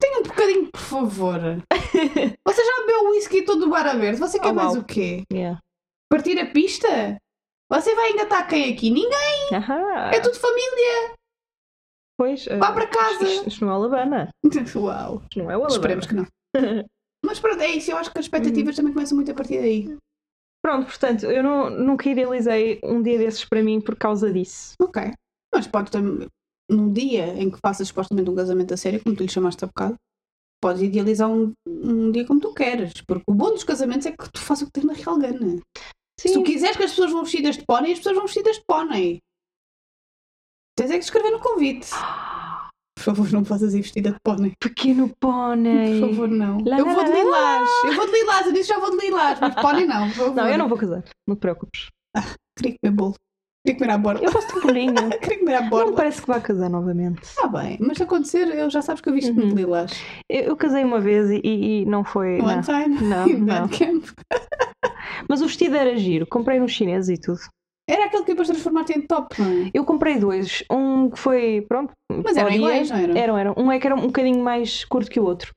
B: Tenha um bocadinho, por favor. Você já bebeu whisky todo o bar aberto. Você quer
A: Oh,
B: mais
A: uau.
B: o quê?
A: yeah.
B: Partir a pista? Você vai engatar quem aqui? Ninguém.
A: Ahá.
B: É tudo família.
A: Pois, eh,
B: Vá para casa.
A: Isto, isto não é Alabama.
B: Uau.
A: Isto não é o Alabama.
B: Esperemos que não. Mas pronto, é isso. Eu acho que as expectativas também começam muito a partir daí.
A: Pronto, portanto, eu não, nunca idealizei um dia desses para mim por causa disso.
B: Ok. Mas pode também, num dia em que faças supostamente um casamento a sério, como tu lhe chamaste há bocado, podes idealizar um, um dia como tu queres. Porque o bom dos casamentos é que tu fazes o que tens na real gana. Se
A: tipo
B: tu quiseres que as pessoas vão vestidas de pônei, as pessoas vão vestidas de pônei. Tens é que escrever no convite. Por favor, não faças ir vestida de pônei.
A: Pequeno pônei.
B: Por favor, não.
A: Lá,
B: eu
A: lá,
B: vou de
A: lá, lá,
B: lilás. Eu vou de lilás. Eu disse já vou de lilás. Mas pônei não. Por favor.
A: Não, eu não vou casar. Não te preocupes.
B: Queria comer bolo. Queria comer à borda.
A: Eu faço-te um bolinho.
B: Queria comer à
A: não me
B: borda.
A: parece que vá casar novamente.
B: Está bem. Mas se acontecer, eu já sabes que eu visto me de
A: Uhum.
B: lilás.
A: Eu, eu casei uma vez e, e- e não foi.
B: One
A: Não,
B: time.
A: não,
B: in
A: não.
B: Bandcamp.
A: Mas o vestido era giro. Comprei nos chineses e tudo.
B: Era aquele que depois transformaste em top, não é?
A: Eu comprei dois. Um que foi, pronto.
B: Mas eram
A: ao dia.
B: iguais, não eram?
A: é Eram, eram. Um é que era um bocadinho mais curto que o outro.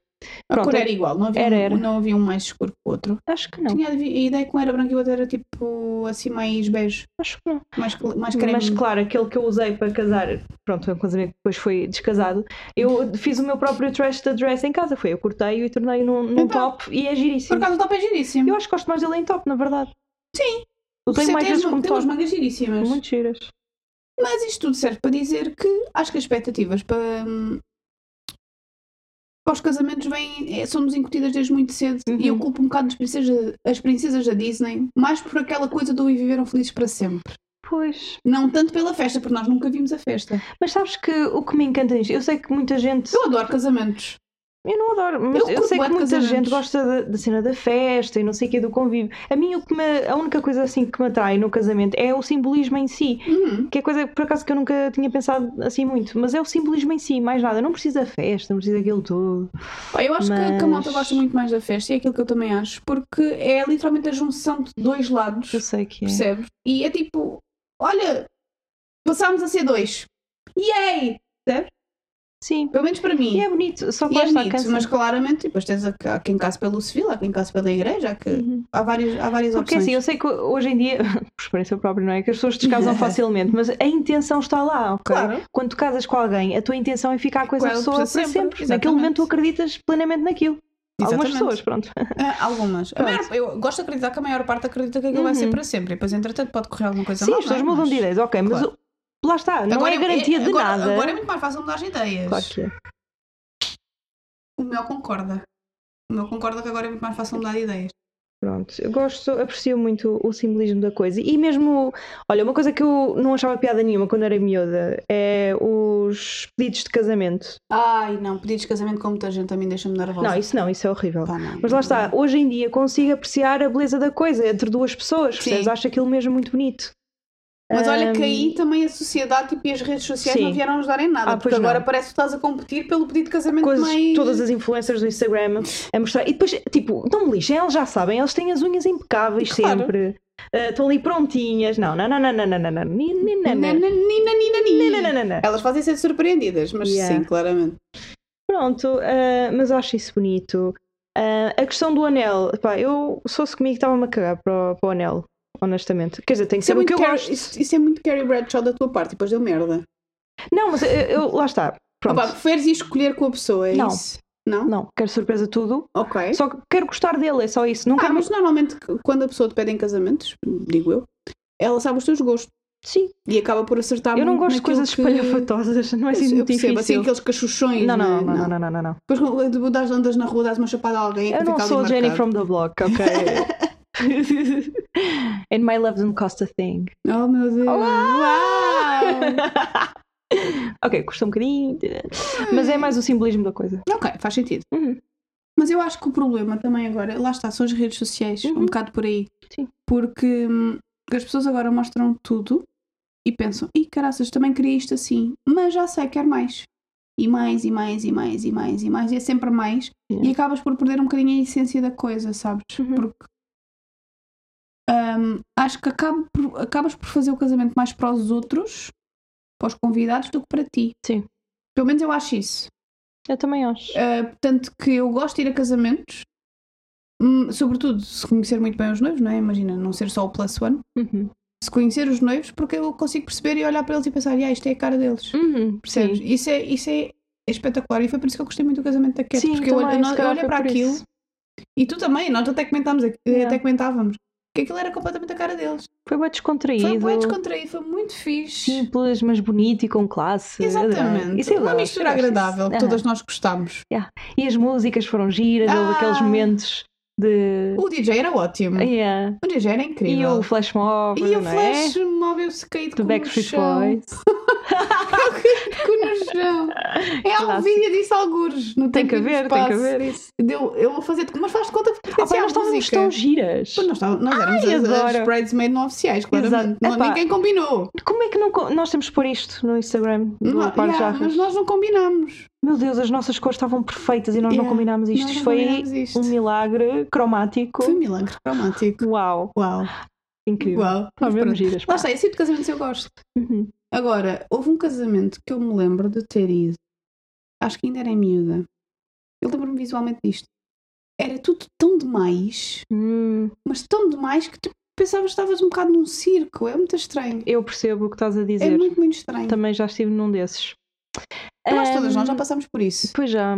B: A
A: Pronto,
B: cor era igual, não havia,
A: era,
B: um-
A: era.
B: não havia um mais escuro que o outro.
A: acho que não.
B: Tinha a ideia que um era branco e o outro era tipo assim mais beijo,
A: Acho que não.
B: mais, cl- mais creme.
A: Mas claro, aquele que eu usei para casar, pronto, um casamento que depois foi descasado, eu fiz o meu próprio trash da dress em casa. Foi, eu cortei-o e tornei num, num
B: Então,
A: top e é
B: Por
A: giríssimo.
B: acaso o top é giríssimo.
A: Eu acho que gosto mais dele em top, na verdade. Sim. Eu tenho
B: Você
A: mais
B: tem
A: vezes
B: as-
A: como
B: é tem umas
A: top.
B: mangas giríssimas.
A: Muito giras.
B: Mas isto tudo serve para dizer que acho que as expectativas para, hum, para os casamentos vêm, é, são-nos incutidas desde muito cedo. E eu
A: Uhum.
B: culpo um bocado as princesas, as princesas da Disney, mais por aquela coisa do e viveram felizes para sempre.
A: Pois.
B: Não tanto pela festa, porque nós nunca vimos a festa.
A: Mas sabes que o que me encanta nisto, eu sei que muita gente.
B: Eu adoro casamentos.
A: Eu não adoro, mas
B: Eu
A: eu,
B: curto
A: sei
B: bué
A: que
B: de
A: muita gente
B: casamentos.
A: gosta da- da cena da festa e não sei o que do convívio. A mim, o que me- a única coisa assim que me atrai no casamento é o simbolismo em si.
B: Uhum.
A: Que é coisa, por acaso, que eu nunca tinha pensado assim muito. Mas é o simbolismo em si, mais nada. Não precisa da festa, não precisa daquilo tudo.
B: Pá, Eu acho que, que a malta
A: Mas-
B: gosta muito mais da festa, e é aquilo que eu também acho, porque é literalmente a junção de dois lados.
A: Eu sei que é.
B: Percebes? E é tipo, olha, passámos a ser dois. Yay!
A: Sim.
B: Pelo menos para mim.
A: E é bonito, só que
B: E
A: lá
B: é
A: está,
B: bonito,
A: cansa.
B: mas claramente, depois tens a, há quem case pelo civil, há quem case pela igreja, há, que,
A: Uhum.
B: há várias, há várias
A: Porque
B: opções.
A: assim, eu sei que hoje em dia, por experiência própria, não é? Que as pessoas descasam facilmente, mas a intenção está lá, ok?
B: Claro,
A: Quando tu casas com alguém, a tua intenção é ficar com essa
B: Com ela
A: pessoa
B: para
A: para
B: sempre,
A: sempre. Naquele
B: exatamente.
A: momento tu acreditas plenamente naquilo. Algumas
B: exatamente.
A: pessoas, pronto.
B: Ah, algumas. A maior- eu gosto de acreditar que a maior parte acredita que aquilo vai ser
A: Uhum.
B: para sempre, e depois entretanto pode correr alguma coisa
A: Sim,
B: mal,
A: as pessoas
B: não é?
A: mudam
B: Mas-
A: de ideias, ok, mas
B: Claro.
A: o- lá está, não é garantia de
B: agora-
A: nada.
B: Agora é muito mais fácil mudar as ideias.
A: Claro que é.
B: O meu concorda. O meu concorda que agora é muito mais fácil mudar de ideias.
A: Pronto, eu gosto, aprecio muito o simbolismo da coisa. E mesmo, olha, uma coisa que eu não achava piada nenhuma quando era miúda é os pedidos de casamento.
B: Ai, não, pedidos de casamento com muita gente também deixa-me nervosa.
A: Não, isso não, isso é horrível.
B: Pá, não.
A: Mas lá está, hoje em dia consigo apreciar a beleza da coisa entre duas pessoas,
B: Sim.
A: percebes? Acho aquilo mesmo muito bonito.
B: Mas olha que
A: Ahm,
B: aí também a sociedade tipo, e as redes sociais
A: Sim.
B: não vieram ajudar em nada.
A: Ah,
B: porque
A: pois não.
B: agora parece que estás a competir pelo pedido de casamento
A: Coisas,
B: mais.
A: todas as influencers do Instagram a mostrar. E depois, tipo, não me lixem, eles já sabem, eles têm as unhas impecáveis
B: Claro.
A: sempre. Ah, Estão ali prontinhas. Não, não, não, não, não, não, não, não, Ni- ni- não, não,
B: Nina, nina, nina,
A: Ni- não,
B: nina.
A: não, não, não.
B: Elas fazem ser surpreendidas, mas
A: Yeah.
B: sim, claramente.
A: Pronto, ah, mas acho isso bonito. Ah, a questão do anel, pá, eu se fosse comigo estava-me a cagar para o, para o anel, honestamente. Quer dizer, tem que ser é o que eu
B: Carrie-
A: gosto.
B: isso, isso é muito Carrie Bradshaw da tua parte, depois deu merda.
A: Não, mas eu, eu- lá está. Pronto.
B: Opa, preferes ir escolher com a pessoa, é
A: Não.
B: isso? Não?
A: Não, quero surpresa tudo.
B: Ok.
A: Só que quero gostar dele, é só isso. Não
B: Ah,
A: quero.
B: mas normalmente quando a pessoa te pede em casamentos, digo eu, ela sabe os teus gostos
A: Sim,
B: e acaba por acertar
A: eu não
B: muito
A: gosto de
B: naquilo
A: coisas
B: que...
A: espalhafatosas, não é assim
B: Eu
A: muito
B: percebo,
A: difícil.
B: assim, aqueles cachuchões.
A: não, não,
B: né?
A: não, não, não, não, não, não.
B: Depois quando das andas na rua, dás uma chapada a alguém.
A: Eu não
B: fica ali
A: sou a Jenny
B: marcado.
A: from the block, ok? And my love doesn't cost a thing.
B: Oh meu Deus!
A: Uau!
B: Uau!
A: ok, custa um bocadinho, mas é mais o simbolismo da coisa.
B: ok, faz sentido.
A: Uhum.
B: Mas eu acho que o problema também agora, lá está, são as redes sociais,
A: Uhum.
B: um bocado por aí.
A: Sim.
B: Porque hum, as pessoas agora mostram tudo e pensam, e caraças, também queria isto assim, mas já sei, quero mais. E mais, e mais, e mais, e mais, e mais, e é sempre mais.
A: Yeah.
B: E acabas por perder um bocadinho a essência da coisa, sabes?
A: Uhum.
B: Porque hum, acho que acaba por- acabas por fazer o casamento mais para os outros, para os convidados, do que para ti.
A: Sim.
B: Pelo menos eu acho isso.
A: Eu também acho.
B: Uh, portanto, que eu gosto de ir a casamentos, hum, sobretudo se conhecer muito bem os noivos, não é? Imagina, não ser só o plus one.
A: Uhum.
B: Se conhecer os noivos, porque eu consigo perceber e olhar para eles e pensar, ah, isto é a cara deles.
A: Uhum,
B: Percebes?
A: sim.
B: Isso, é, isso é espetacular e foi por isso que eu gostei muito do casamento da Cat,
A: Sim,
B: porque eu olho,
A: também,
B: nós-
A: se
B: eu
A: calhar
B: olho
A: foi
B: para
A: por
B: aquilo
A: isso.
B: e tu também, nós até comentámos, aqui-
A: Yeah.
B: até comentávamos, que aquilo era completamente a cara deles.
A: Foi bem descontraído.
B: Foi bem descontraído, foi muito fixe.
A: Simples, mas bonito e com classe. Adorei.
B: Exatamente.
A: Isso é
B: Uma mistura agradável que
A: todas
B: todas nós gostámos.
A: E as músicas foram giras, houve
B: Ah.
A: aqueles momentos de.
B: O DJ era ótimo.
A: Yeah.
B: O DJ era incrível.
A: E o flash mob,
B: E o
A: não
B: flash
A: é?
B: móvel eu sequei de
A: Do
B: cu no
A: Backstreet
B: chão.
A: Boys.
B: Cu no chão. É um
A: Clássico.
B: vídeo disso algures. Não
A: Tem que haver, tem que haver isso.
B: Deu, eu vou fazer mas faz de conta que
A: Ah, pá,
B: pertencia à
A: nós estávamos
B: música.
A: tão giras.
B: Pois Nós, estávamos- nós éramos
A: Ai,
B: as, as
A: adoro.
B: bridesmaid não oficiais, claramente.
A: Exato.
B: Não,
A: Epá.
B: ninguém combinou.
A: Como é que não. co- Nós temos que pôr isto no Instagram do
B: Não-
A: Par de
B: yeah,
A: Jarras.
B: mas nós não combinámos.
A: Meu Deus, as nossas cores estavam perfeitas e nós
B: Yeah,
A: não combinámos isto.
B: Nós
A: Isto
B: não
A: foi
B: combinámos isto.
A: um milagre cromático.
B: Foi um milagre romântico.
A: Uau,
B: Uau.
A: incrível.
B: Uau.
A: Nós mesmo
B: Pronto.
A: giras. pá.
B: Lá está, esse tipo de casamentos eu gosto.
A: Uhum.
B: Agora, houve um casamento que eu me lembro de ter ido. Acho que ainda era em miúda. Eu lembro-me visualmente disto. Era tudo tão demais,
A: Hum,
B: mas tão demais que tu pensavas que estavas um bocado num circo. É muito estranho.
A: eu percebo o que estás a
B: É
A: dizer.
B: muito, muito estranho.
A: Também já estive num desses.
B: Eu acho que todas
A: Ahm,
B: nós já passámos por isso.
A: Pois já,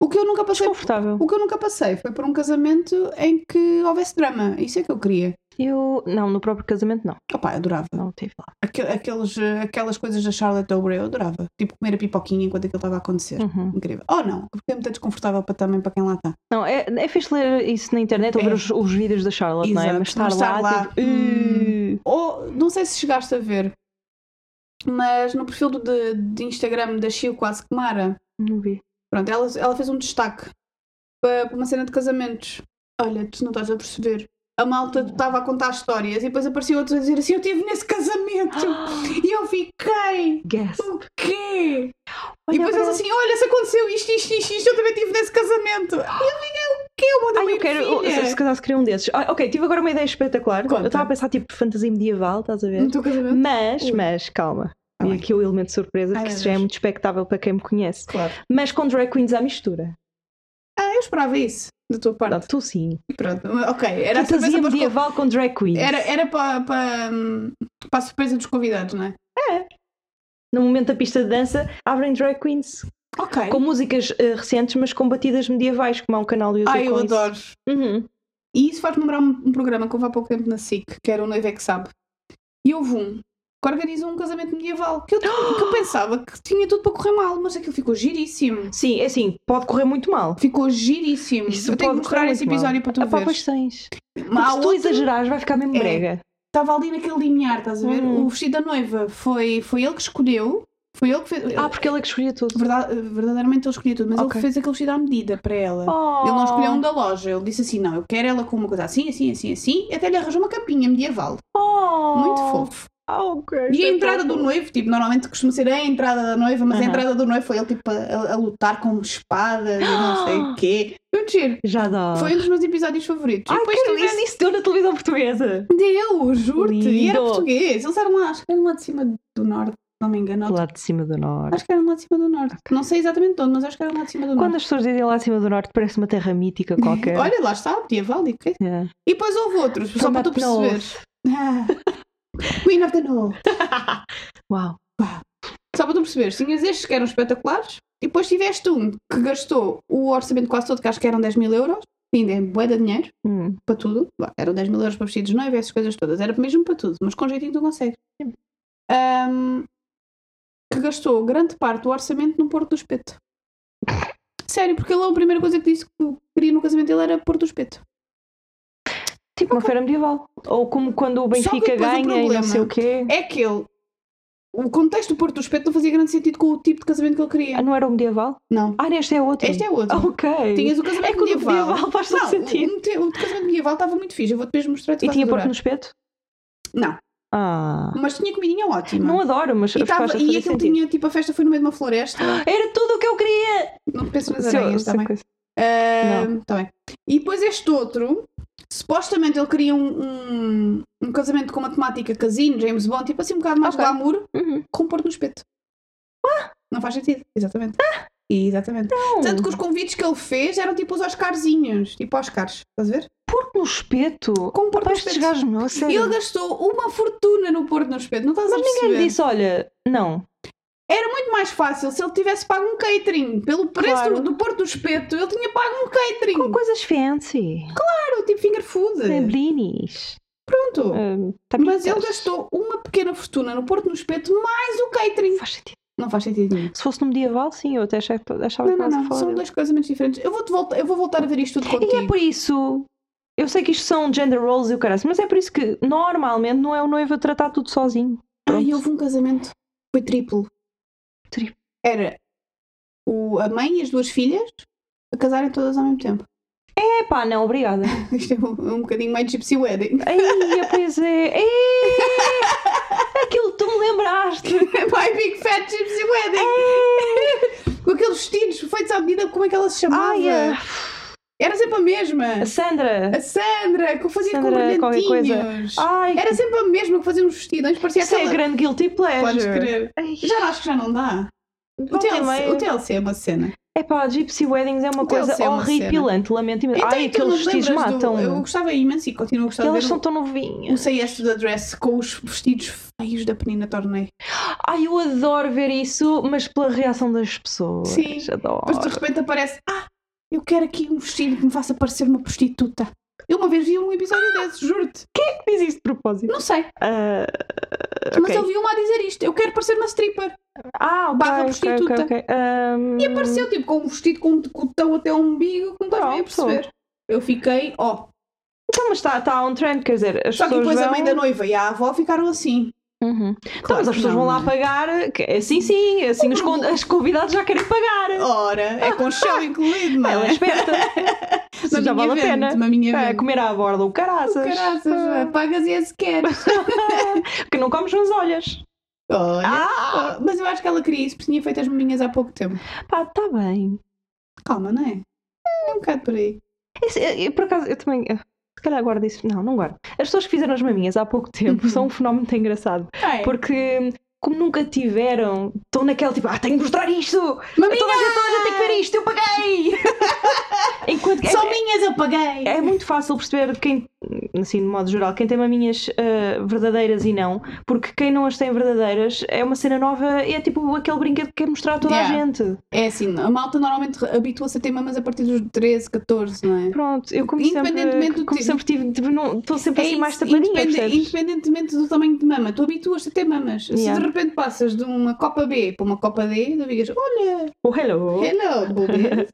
B: O que eu nunca passei
A: desconfortável.
B: O que eu nunca passei foi por um casamento em que houvesse drama. Isso é que eu queria.
A: Eu, não, no próprio casamento não,
B: Opá, eu adorava.
A: não tive lá.
B: Aquel- Aqueles, eh, aquelas coisas da Charlotte Dobre, eu adorava. Tipo, comer a pipoquinha enquanto aquilo estava a acontecer.
A: Uhum.
B: Incrível. Oh não, porque é muito desconfortável para, também para quem lá está.
A: Não, é, é fixe ler isso na internet ou
B: É.
A: ver os, os vídeos da Charlotte, não é?
B: Exato,
A: Mas estar,
B: mas
A: lá,
B: estar lá,
A: tipo,
B: hum.
A: "Uh,
B: Ou, não sei se chegaste a ver, mas no perfil do- de, de Instagram da Chio Quase que Mara,
A: não vi.
B: pronto, ela, ela fez um destaque para para uma cena de casamentos. Olha, tu não estás a perceber. A malta estava a contar histórias e depois apareciam outros a dizer assim: Eu estive nesse casamento e eu fiquei.
A: Guess.
B: O quê?
A: Olha,
B: e depois eles
A: Bruno.
B: assim, olha, se aconteceu isto, isto, isto, isto, eu também tive nesse casamento. E eu fiquei, o quê? Eu mandei
A: Ai,
B: uma
A: eu quero, eu-
B: ervilha.
A: se se calhar se queria um desses. Ah, ok, tive agora uma ideia espetacular.
B: Conta.
A: Eu estava a pensar tipo fantasia medieval, estás a ver?
B: No teu casamento?
A: Mas,
B: Ui.
A: mas, calma.
B: Tá
A: e
B: bem.
A: aqui o elemento de surpresa,
B: Ai,
A: que
B: meu
A: isso já é
B: Deus.
A: muito expectável para quem me conhece.
B: Claro.
A: Mas com drag queens à mistura.
B: Ah, eu esperava isso, da tua parte.
A: Não, tu sim.
B: Pronto, ok. Era a surpresa
A: fantasia
B: para os conv-
A: medieval com drag queens.
B: Era, era para, para, hum, para a surpresa dos convidados, não é?
A: No momento da pista de dança, abrem drag queens.
B: Ok.
A: Com músicas eh, recentes, mas com batidas medievais, como há um canal do YouTube.
B: Ah, eu
A: com isso.
B: adoro.
A: Uhum.
B: E isso faz-me lembrar um, um programa que houve há pouco tempo na SIC, que era o Noivo é que Sabe. E houve um que organizou um casamento medieval, que eu, que eu pensava que tinha tudo para correr mal, mas aquilo ficou giríssimo.
A: Sim, é assim, pode correr muito mal.
B: Ficou giríssimo.
A: Isso
B: eu tenho que
A: pode correr
B: mostrar esse
A: muito mal.
B: episódio para tu
A: Ah, pá,
B: ver.
A: pois tens.
B: Mas
A: Porque
B: há
A: se tu
B: outro-
A: exagerares, vai ficar mesmo
B: É.
A: brega.
B: Estava ali naquele limiar, estás a ver?
A: Uhum.
B: O vestido da noiva foi, foi ele que escolheu. Foi ele que fez.
A: Ah, porque ele é que escolhia tudo.
B: Verda- verdadeiramente ele escolheu tudo, mas
A: Ok.
B: ele fez aquele vestido à medida para ela.
A: Oh.
B: Ele não escolheu um da loja. Ele disse assim: não, eu quero ela com uma coisa assim, assim, assim, assim. E até lhe arranjou uma capinha medieval.
A: Oh.
B: Muito fofo.
A: Ah, ok.
B: E a entrada do noivo, tipo, normalmente costuma ser a entrada da noiva, mas
A: Aham.
B: a entrada do noivo foi ele, tipo, a, a lutar com espadas e não sei o quê. Eu giro.
A: Já dá.
B: Foi um dos meus episódios favoritos.
A: Ai,
B: e depois
A: quero
B: tivesse-
A: ver isso deu na televisão portuguesa.
B: Deu, juro-te. E era
A: Lindo.
B: português. Eles eram lá, acho que eram lá de cima do norte, se não me engano.
A: Lá de cima do norte.
B: Acho que eram lá de cima do norte. Não sei exatamente de onde, mas acho que eram lá de cima do
A: Quando
B: norte.
A: as pessoas dizem lá de cima do norte, parece uma terra mítica qualquer.
B: Olha, lá está, medieval e quê?
A: É.
B: E depois houve outros, só para tu
A: From up
B: perceberes. Ah. Queen of the North.
A: Uau.
B: Só para tu perceberes, tinhas estes que eram espetaculares e depois tiveste um que gastou o orçamento quase todo, que acho que eram 10 mil euros. Ainda é bué de dinheiro,
A: Hum.
B: para tudo. Vá, eram 10 mil euros para vestidos de noiva, essas coisas todas. Era mesmo para tudo, mas com jeitinho tu consegues. Ahm, que gastou grande parte do orçamento no Porto do Espeto. Sério, porque ele a primeira coisa que disse que queria no casamento dele era Porto do Espeto.
A: Tipo uma feira medieval. Ou como quando o Benfica
B: depois o
A: ganha e não
B: problema
A: sei o quê.
B: É que ele. O contexto do Porto do Espeto não fazia grande sentido com o tipo de casamento que ele
A: Ah,
B: queria.
A: não era o medieval?
B: Não.
A: Ah, este é outro.
B: Este é outro.
A: Ok.
B: Tinhas o
A: É
B: casamento
A: que o do
B: medieval.
A: medieval faz todo
B: Não,
A: sentido.
B: o, mete- o casamento medieval estava muito fixe. Eu vou-te mesmo mostrar. tu
A: E
B: vais
A: tinha porco
B: adorar.
A: no espeto?
B: Não,
A: Ah.
B: mas tinha comidinha ótima.
A: Não adoro, mas
B: E,
A: faz
B: tava,
A: todo
B: e aquilo
A: sentido.
B: tinha, tipo, a festa foi no meio de uma floresta.
A: Era tudo o que eu queria!
B: Não penso nas
A: Seu-
B: aranhas,
A: seu
B: está bem?
A: é coisa.
B: Ah, tá bem. E depois este outro, supostamente ele queria um, um, um casamento com uma temática casino, James Bond, tipo assim um bocado mais
A: Ok.
B: glamour,
A: Uhum.
B: com um porto no espeto. Ah, Não faz sentido, exatamente. Exatamente. Tanto que Ah! os convites que ele fez eram tipo os Oscarzinhos, tipo Oscars, estás a ver?
A: Porco no espeto?
B: Com um porto
A: Para
B: no
A: estes
B: espeto.
A: gajos, meu, a sério.
B: Ele gastou uma fortuna no Porto no Espeto, não estás a
A: Mas
B: perceber?
A: ninguém lhe disse, olha, não.
B: Muito mais fácil se ele tivesse pago um catering. Pelo preço
A: Claro.
B: do, do Porto do Espeto, ele tinha pago um catering.
A: Com coisas fancy.
B: Claro, tipo finger food.
A: Lembrinis.
B: Pronto.
A: hum, tá
B: Mas ele gastou uma pequena fortuna no Porto no Espeto, mais o catering.
A: Faz sentido.
B: Não faz sentido nenhum.
A: Se fosse no medieval, sim, eu até achava, achava
B: Não,
A: que estava
B: não,
A: a
B: não.
A: falar
B: São
A: dele.
B: dois casamentos diferentes. Eu, vou voltar, eu vou voltar a ver isto tudo
A: E é
B: contigo.
A: por isso. Eu sei que isto são gender roles e o caralho, mas é por isso que normalmente não é o noivo a tratar tudo sozinho.
B: Ai,
A: Pronto.
B: houve um casamento. Foi triplo.
A: Triplo.
B: Era o, a mãe e as duas filhas a casarem todas ao mesmo tempo.
A: Epá, não, obrigada.
B: Isto é um, um bocadinho mais gypsy wedding.
A: Ai, pois é. Ei, aquilo que tu me lembraste.
B: My big fat gypsy wedding. Com aqueles vestidos feitos à medida, como é que ela se
A: É.
B: chamava?
A: Ai, a-
B: Era sempre a mesma.
A: a Sandra.
B: A Sandra, que eu fazia
A: Sandra,
B: com
A: qualquer coisa.
B: brilhantinhos.
A: Ai,
B: Era sempre a mesma que fazia uns vestidos. Antes parecia
A: isso é
B: aquela...
A: grande guilty pleasure.
B: Podes crer.
A: Ai,
B: Já acho que já não dá. O
A: volta e
B: TLC,
A: meia.
B: o TLC é uma cena.
A: Epá, Gypsy Weddings é uma
B: Deve
A: coisa
B: ser uma
A: horripilante, lamento imenso. Ai,
B: tu não
A: aqueles
B: te
A: vestidos
B: lembras do-
A: matam.
B: Eu gostava imenso e continuo a gostar de ver
A: Elas são
B: o-
A: tão
B: o
A: novinhas.
B: CS da Dress com os vestidos feios da Penina Tornei.
A: Ai, eu adoro ver isso, mas pela reação das pessoas.
B: Sim.
A: Adoro.
B: Depois de repente aparece, ah, eu quero aqui um vestido que me faça parecer uma prostituta. Eu uma vez vi um episódio
A: Ah.
B: desse, juro-te.
A: Fiz isso de propósito.
B: Não sei,
A: Ah,
B: mas
A: ok.
B: eu vi uma a dizer isto. Eu quero parecer uma stripper.
A: Ah, ok,
B: barra
A: ok,
B: prostituta.
A: ok, ok. Ahm,
B: E apareceu, tipo, com um vestido com um decotão até o umbigo, que não estás bem a
A: Hum. Pronto.
B: perceber. Eu fiquei, ó.
A: Então, mas está tá on trend, quer dizer, as
B: Só que
A: pessoas
B: depois
A: vão...
B: a mãe da noiva e a avó ficaram assim.
A: Uhum. Então,
B: Claro
A: mas as
B: que
A: pessoas vão
B: não,
A: lá
B: né?
A: pagar, que- assim sim, assim os con- as convidados já querem pagar.
B: Ora, é com chão incluído, não
A: Ela
B: é?
A: esperta. Isso já vale a pena.
B: Maminha
A: É,
B: vende.
A: comer à borda o caraças.
B: Caraças, vai, pagas e é se queres.
A: que não comes nas olhas.
B: Olha.
A: Ah,
B: Oh, Mas eu acho que ela queria isso porque tinha feito as maminhas há pouco tempo.
A: pá, tá bem.
B: Calma, não é? É um bocado por aí.
A: Esse- eu- eu, por acaso, eu também. eh, Se calhar guardo isso. Não, não guardo. As pessoas que fizeram as maminhas há pouco tempo
B: Uhum. É.
A: são um fenómeno muito engraçado. Porque, como nunca tiveram, estão naquela tipo, ah, tenho que mostrar isto!
B: Maminha!
A: Toda a gente, toda a gente tem que ver isto, eu paguei! Enquanto que.
B: Só minhas eu paguei!
A: É muito fácil perceber de quem, assim, de modo geral, quem tem maminhas ah, verdadeiras e não, porque quem não as tem verdadeiras é uma cena nova e é tipo aquele brinquedo que quer mostrar a toda a
B: Yeah.
A: gente.
B: É assim, a malta normalmente habitua-se a ter mamas a partir dos 13, 14, não é?
A: Pronto, eu como
B: Independentemente
A: sempre,
B: do
A: como
B: ti-
A: sempre tive, tipo, não, estou sempre
B: É
A: assim
B: isso,
A: mais tapadinha,
B: independe-
A: percebes?
B: independentemente do tamanho de mama, tu habituas-te a ter mamas. Se
A: Yeah.
B: de repente passas de uma Copa B para uma Copa D, tu digas, olha,
A: Oh, hello.
B: hello, boobies.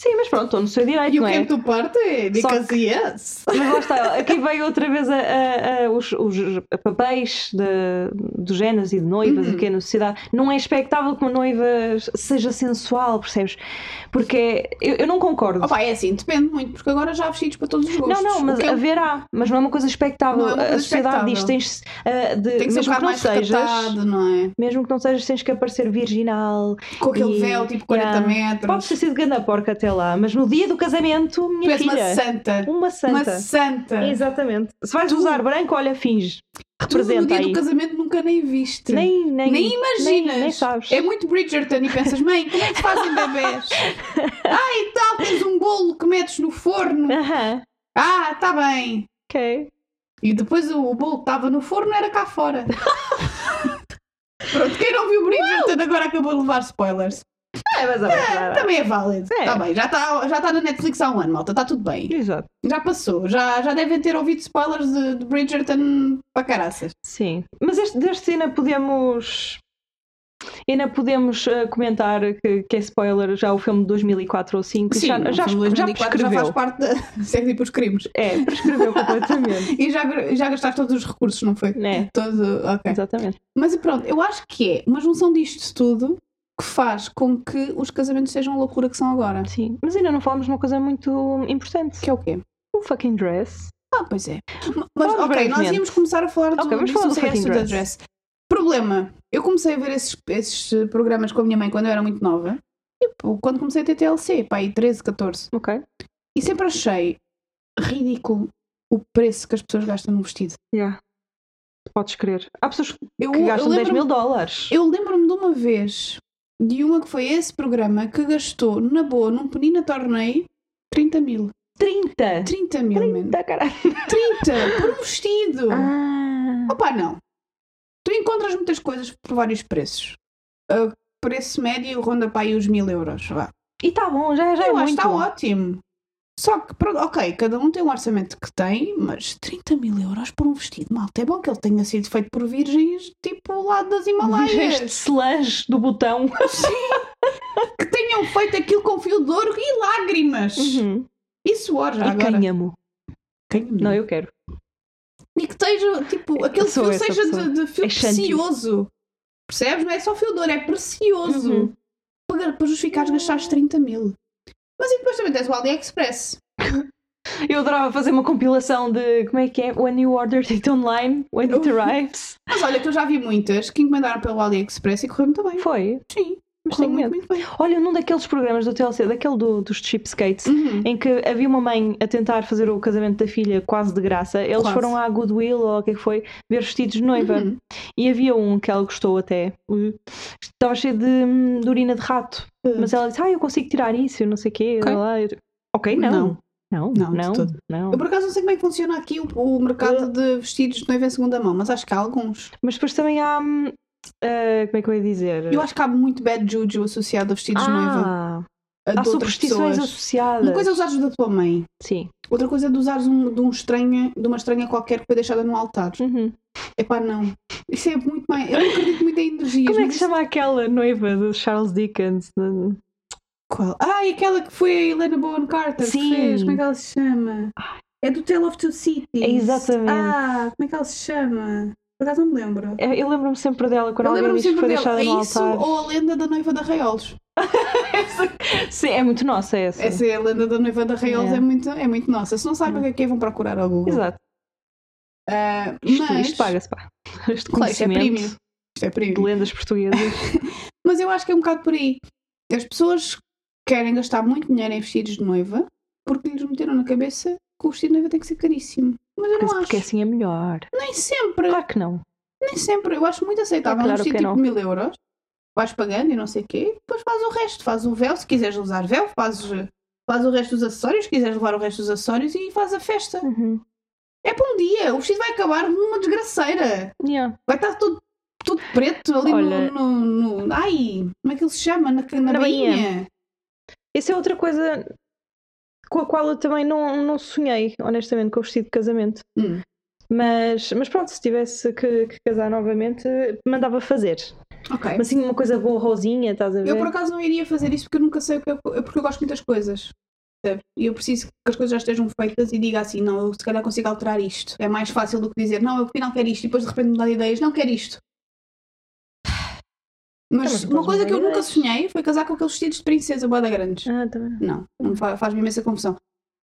A: Sim, mas pronto, estou no seu direito,
B: You
A: não é?
B: came to party because
A: que-
B: yes.
A: Mas lá está, aqui veio outra vez a- a- a- os, os papéis de, dos géneros e de noivas,
B: Uhum.
A: aqui na sociedade. Não é expectável que uma noiva seja sensual, percebes? Porque é- eu, eu não concordo.
B: Opa, é assim, depende muito, porque agora já há vestidos para todos os gostos.
A: não, não, mas
B: O que é um-
A: haverá, mas não é uma coisa expectável.
B: Não é uma coisa
A: a sociedade diz:
B: expectável.
A: tens ah, de,
B: tem que ser
A: mesmo que
B: um bocado
A: não
B: mais
A: sejas,
B: recatado, não é?
A: mesmo que não sejas, tens que aparecer virginal,
B: Com aquele
A: E-
B: véu, tipo 40
A: yeah.
B: metros.
A: Podes ter sido grande porca até lá, mas no dia do casamento, minha
B: Tu és uma
A: filha,
B: santa.
A: uma
B: Uma
A: santa.
B: santa.
A: Exatamente. Se vais usar branco, olha, finge.
B: Tu no
A: Representa
B: dia
A: aí.
B: do casamento nunca nem viste.
A: Nem, nem,
B: Nem imaginas.
A: nem sabes.
B: É muito Bridgerton e pensas, mãe, como é que fazem bebês? Ai, tal, tens um bolo que metes no forno.
A: Aham,
B: Ah, tá bem.
A: ok.
B: E depois o bolo que estava no forno era cá fora. Pronto, quem não viu Bridgerton agora acabou de levar spoilers.
A: É, mas é,
B: Também é válido.
A: É.
B: Tá bem, já está já tá na Netflix há um ano, malta, está tudo bem.
A: Exato.
B: Já passou, já, já devem ter ouvido spoilers de, de Bridgerton para caraças.
A: Sim. Mas este, deste ainda podemos. Ainda podemos eh, comentar que, que é spoiler já o filme de 2004 ou 5 já, já,
B: o filme de
A: já
B: 2004 já
A: prescreveu.
B: faz parte da série dos crimes.
A: É, prescreveu completamente.
B: E já, já gastaste todos os recursos, não foi?
A: É.
B: Todo, ok.
A: Exatamente.
B: Mas pronto, eu acho que é uma junção disto tudo que faz com que os casamentos sejam a loucura que são agora.
A: Sim. Mas ainda não falámos de uma coisa muito importante.
B: Que é o quê?
A: O fucking dress.
B: Ah, pois é. Mas
A: Vamos
B: ok, nós
A: brevemente.
B: íamos começar a falar do,
A: Ok, vamos
B: disso
A: falar
B: no
A: do
B: CS
A: Fucking
B: da
A: Dress.
B: Dress. Problema, eu comecei a ver esses, esses eh, programas com a minha mãe quando eu era muito nova. Tipo, quando comecei a ter TLC, pá, aí 13, 14.
A: Ok.
B: E sempre achei ridículo o preço que as pessoas gastam num vestido.
A: Yeah. Podes crer. Há pessoas que
B: Eu, eu
A: gastam 10 mil
B: lembro-me
A: dólares.
B: eu lembro-me de uma vez de uma que foi esse programa que gastou, na boa, num penina torneio, 30 mil.
A: 30!
B: 30 mil, mano.
A: 30, caralho!
B: 30 por um vestido.
A: Ah.
B: Opa, não. Tu encontras muitas coisas por vários preços. A preço médio ronda para aí os mil euros. Vá.
A: E tá bom, já, já é
B: Eu acho
A: muito.
B: que está ótimo. Só que, pronto, ok, cada um tem o orçamento que tem, mas 30 mil euros por um vestido malta. É bom que ele tenha sido feito por virgens, tipo lá das
A: Este
B: Himalaias.
A: slash do botão.
B: que tenham feito aquilo com fio de ouro e lágrimas. E suor já
A: Uhum. E
B: Uhum. agora.
A: canhamo.
B: Quem é?
A: Não, eu quero.
B: E que esteja, tipo, aquele
A: sou
B: fio
A: essa
B: seja de,
A: pessoa.
B: de fio
A: É shanty.
B: precioso. Percebes? Não é só fio de ouro, é precioso.
A: Uhum.
B: Para, para justificares gastares 30 mil. Mas e depois também tens o AliExpress.
A: Eu adorava fazer uma compilação de como é que é? When you ordered it online, when it
B: Eu-
A: arrives.
B: Mas olha que eu já vi muitas que encomendaram pelo AliExpress e correu muito bem.
A: Foi.
B: Sim.
A: Mas tenho medo.
B: muito, muito bem.
A: Olha, num daqueles programas do TLC, daquele do, dos Chip Skates,
B: Uhum.
A: em que havia uma mãe a tentar fazer o casamento da filha quase de graça, eles
B: Quase.
A: foram à Goodwill ou o que é que foi, ver vestidos de noiva.
B: Uhum.
A: E havia um que ela gostou até. uh, Estava cheio de, hum, de urina de rato.
B: Uh.
A: Mas ela disse: Ah, eu consigo tirar isso, eu não sei o quê.
B: Ok.
A: Lá, eu- Ok, não.
B: Não.
A: Não, não,
B: Não, de
A: não.
B: todo. Eu por acaso não sei como é que funciona aqui o, o
A: Uh.
B: mercado de vestidos de noiva em segunda mão, mas acho que há alguns.
A: Mas depois também há. hum, uh, como é que eu ia dizer?
B: Eu acho que há muito bad juju associado a vestidos de noiva.
A: ah,
B: a de
A: há
B: outras
A: superstições
B: pessoas.
A: associadas.
B: Uma coisa é usares da tua mãe,
A: Sim.
B: outra coisa é de usares um, de, um estranha, de uma estranha qualquer que foi deixada no altar.
A: Uhum.
B: Epá, não. Isso é muito mais. Eu não acredito muito em energias.
A: Como é que
B: mas
A: se
B: isso-
A: chama aquela noiva do Charles Dickens? Hum. Não-
B: Qual? Ah, e aquela que foi a Helena Bowen Carter
A: Sim.
B: que fez. Como é que ela se chama? É do Tale of Two Cities.
A: É exatamente.
B: Ah, como é que ela se chama? Por acaso não me lembro.
A: É, Eu eu lembro-me sempre dela quando
B: eu
A: alguém
B: lembro-me
A: diz que
B: sempre
A: foi
B: dela.
A: deixada
B: É
A: no
B: isso
A: altar.
B: ou a lenda da noiva da Raiolos.
A: Sim, é muito nossa essa.
B: Oh. Essa é a lenda da noiva da Raiolos,
A: É.
B: é. muito, é muito nossa. Se não sabem o que é que é, vão procurar ao Google.
A: Exato.
B: Ah,
A: Isto,
B: mas...
A: isto paga-se, pá. Este
B: Claro, isto é
A: conhecimento
B: premium. Isto é
A: de
B: perigo.
A: lendas portuguesas.
B: Mas eu acho que é um bocado por aí. As pessoas querem gastar muito dinheiro em vestidos de noiva porque lhes meteram na cabeça que o vestido de noiva tem que ser caríssimo. Mas eu não acho.
A: Porque assim é melhor.
B: Nem sempre,
A: Claro que não.
B: nem sempre. Eu acho muito aceitável.
A: Ah, claro
B: um vestido
A: que
B: tipo
A: não.
B: mil euros, vais pagando e não sei o quê, depois faz o resto. Faz o véu, se quiseres usar véu, fazes, faz o resto dos acessórios, se quiseres levar o resto dos acessórios e faz a festa.
A: Uhum.
B: É para um dia. O vestido vai acabar numa desgraceira.
A: Yeah.
B: Vai estar tudo, tudo preto ali no-
A: Olha-
B: no, no, Ai, como é que ele se chama? Na, na,
A: Na bainha.
B: bainha.
A: Essa é outra coisa com a qual eu também não, não sonhei, honestamente, com o vestido de casamento.
B: Hum.
A: Mas, mas pronto, se tivesse que, que casar novamente, mandava fazer.
B: Ok.
A: Mas eh, assim, uma coisa boa, rosinha, estás a ver?
B: eu por acaso não iria fazer isso porque eu nunca sei o que eu, eu- porque eu gosto muito das coisas. percebes? E eu preciso que as coisas já estejam feitas e diga assim, não, eu se calhar consigo alterar isto. É mais fácil do que dizer, não, eu afinal quero isto e depois de repente mudar de ideias, não quero isto.
A: Então, mas
B: Mas
A: tu
B: uma
A: podes
B: coisa
A: mudar
B: que eu
A: de
B: nunca
A: ideias.
B: sonhei foi casar com aqueles vestidos de princesa boada grandes.
A: Ah, tá bem.
B: Não, não me fa- faz-me imensa confusão.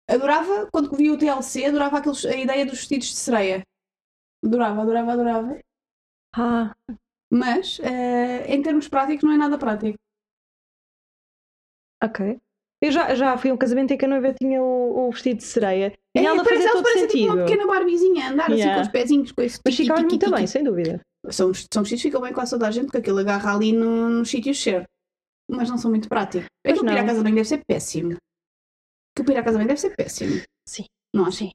B: Adorava, quando vi o TLC, adorava aqueles, a ideia dos vestidos de sereia. Adorava, adorava, adorava.
A: Ah,
B: Mas, eh, em termos práticos, não é nada prático.
A: ok. Eu já, já fui a um casamento em que a noiva tinha o, o vestido de sereia. E
B: É,
A: ela fazia todo
B: parecem tipo
A: sentido.
B: uma pequena Barbiezinha, andar assim
A: Yeah.
B: com os pezinhos, com esse
A: Mas
B: tiqui,
A: ficava
B: tiqui,
A: muito
B: tiqui.
A: bem, sem dúvida.
B: São, são vestidos que ficam bem com a toda a gente, porque aquilo agarra ali no- nos sítios certos. Mas não são muito práticos. É
A: Pois
B: Aquilo para ir
A: não.
B: à casa bem deve ser péssimo. Que para ir à casa bem deve ser péssimo.
A: Sim.
B: Não acho.
A: sim.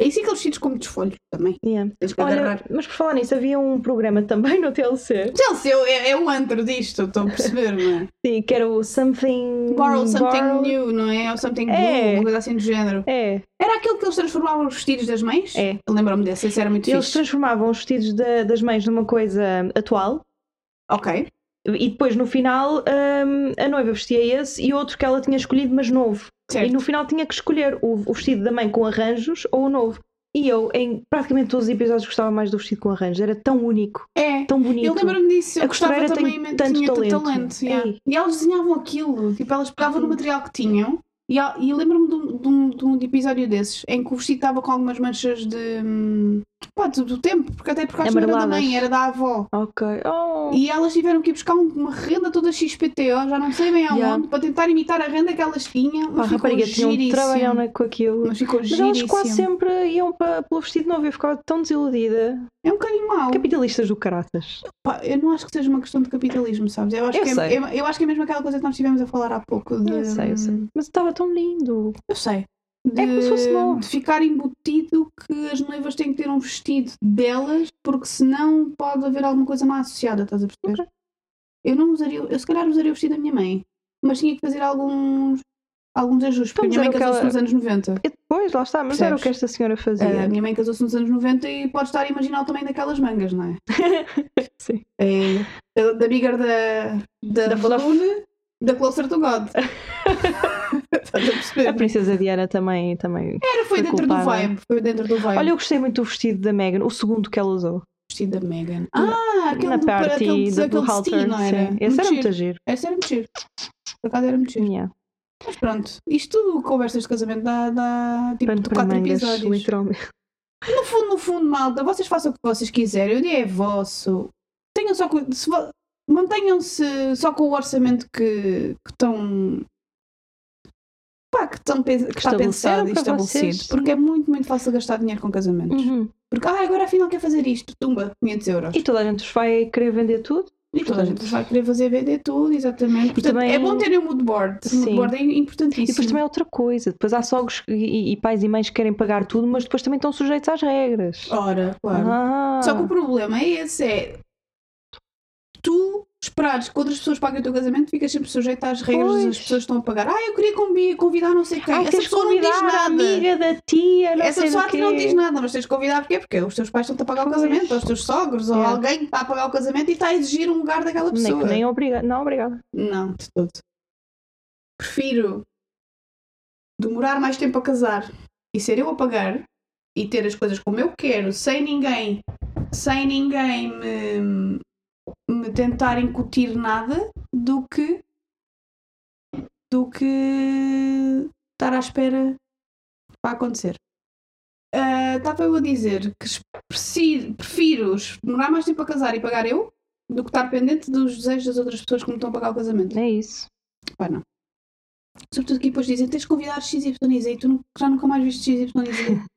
B: É isso aqueles vestidos como desfolho também.
A: Yeah.
B: Tens que
A: Olha,
B: agarrar.
A: mas por falar nisso, havia um programa também no TLC,
B: Chelsea é o- é, é o antro disto, estou a perceber, não é?
A: sim, que era o Something.
B: Borrow something
A: Hum, Borrow-
B: new, não é? Ou something
A: É.
B: new, uma coisa assim do género.
A: É,
B: Era aquele que eles transformavam os vestidos das mães?
A: É.
B: Eu Lembro-me desse, esse era muito
A: eles
B: fixe.
A: transformavam os vestidos da- das mães numa coisa atual
B: Ok.
A: e depois no final hum, a noiva vestia esse e outro que ela tinha escolhido, mas novo.
B: Certo.
A: E no final tinha que escolher o, o vestido da mãe com arranjos ou o novo. E eu, em praticamente todos os episódios, gostava mais do vestido com arranjos. Era tão único,
B: É.
A: tão bonito.
B: Eu lembro-me disso, eu
A: Tipo, A
B: gostava
A: costureira
B: também
A: tem
B: imen-
A: tanto
B: tinha tanto
A: talento. É. Uhum.
B: talento. yeah.
A: Ei.
B: E elas desenhavam aquilo, tipo, elas pegavam no material que tinham. E, a- e eu lembro-me de, um- de um- de um episódio desses, em que o vestido estava com algumas manchas de. hum, pá, do, do tempo, porque até porque acho que não era da
A: Amareladas.
B: mãe, era da avó.
A: Ok. Oh.
B: E elas tiveram que ir buscar um- uma renda toda XPTO, já não sei bem aonde,
A: Yeah.
B: para tentar imitar a renda que elas tinham.
A: Pá, a
B: Mas ficou
A: rapariga tinha um
B: giríssimo.
A: trabalhão né, com aquilo.
B: Mas ficou
A: Mas elas quase
B: giríssimo.
A: sempre iam para, pelo vestido novo. Eu ficava tão desiludida.
B: É um bocadinho mau.
A: Capitalistas do caraças.
B: Pá, eu não acho que seja uma questão de capitalismo, sabes? Eu acho,
A: Eu
B: que,
A: sei.
B: é, eu, eu acho que é mesmo aquela coisa que nós estivemos a falar há pouco. De,
A: Eu sei, eu sei. Mas estava tão lindo.
B: Eu sei.
A: É como se fosse novo.
B: de ficar embutido que as noivas têm que ter um vestido delas, porque senão pode haver alguma coisa má associada, estás a perceber? Eu não usaria, eu se calhar usaria o vestido da minha mãe, mas tinha que fazer alguns, alguns ajustes, porque a
A: Vamos
B: minha mãe
A: ver o que
B: casou-se
A: ela- É.
B: nos anos 90.
A: E depois, lá está. Mas era o que esta senhora fazia.
B: A minha mãe casou-se nos anos 90 e pode estar a imaginar o tamanho daquelas mangas, não é?
A: Sim.
B: É, da, da bigger da, da,
A: Da
B: da
A: Fluff.
B: Balloon, da Closer to God. Estás a perceber?
A: A princesa Diana também. também.
B: Era, foi
A: foi
B: dentro do
A: culpada.
B: vibe. Foi dentro do vibe.
A: Olha, eu gostei muito do vestido da Megan. O segundo que ela usou.
B: vestido da Megan.
A: Na-
B: Ah, aquele
A: na
B: do- para-
A: party
B: aquele,
A: da
B: aquele
A: Blue Halter.
B: steam, não era?
A: Sim. Esse era
B: giro. Tipo,
A: muito giro.
B: Esse era muito giro. Por acaso era muito giro.
A: Yeah.
B: Mas pronto, isto, conversas de casamento, dá, dá tipo
A: Pano
B: de
A: para
B: quatro
A: mangas,
B: episódios.
A: literalmente.
B: No fundo, no fundo, malta, vocês façam o que vocês quiserem. O dia é vosso. Tenham só cuidado. Se, vo- mantenham-se só com o orçamento que que estão. Pá, que, estão pen- que está
A: Estabeleceram
B: pensado e
A: para
B: estabelecido.
A: vocês.
B: Porque é muito, muito fácil gastar dinheiro com casamentos.
A: Uhum.
B: Porque, ah, agora afinal quer fazer isto. Tumba, 500 euros.
A: E toda a gente vos vai querer vender tudo.
B: E toda a gente vai querer fazer vender tudo, exatamente. Portanto,
A: também-
B: é bom terem um mood board. O mood
A: Sim.
B: board é importantíssimo.
A: E depois também é outra coisa. Depois há sogros e, e pais e mães que querem pagar tudo, mas depois também estão sujeitos às regras.
B: Ora, Oh, claro.
A: Ah,
B: Só que o problema é esse, é tu esperares que outras pessoas paguem o teu casamento, ficas sempre sujeito às regras
A: Pois.
B: das pessoas que estão a pagar. Ah, eu queria combi- convidar não sei quem.
A: Ai,
B: é, Essa
A: tens de
B: pessoa não diz
A: convidar a
B: nada.
A: amiga da tia, não
B: Essa
A: sei
B: pessoa
A: do
B: até
A: quê.
B: não diz nada, mas tens de convidar porquê? Porque os teus pais estão a pagar o
A: Pois.
B: casamento, ou os teus sogros, ou
A: Yeah.
B: alguém que está a pagar o casamento e está a exigir um lugar daquela
A: Nem,
B: pessoa.
A: nem obriga... Não, obrigada.
B: Não, de todo. Prefiro demorar mais tempo a casar e ser eu a pagar e ter as coisas como eu quero, sem ninguém, sem ninguém me, me tentar incutir nada do que do que estar à espera para acontecer. Ah, Estava eu a dizer que es- preci- prefiro es- demorar mais tempo a casar e pagar eu do que estar pendente dos desejos das outras pessoas que me estão a pagar o casamento.
A: É isso.
B: Pá, não. Sobretudo que depois dizem, tens de convidar XYZ e tu nu- já nunca mais viste XYZ.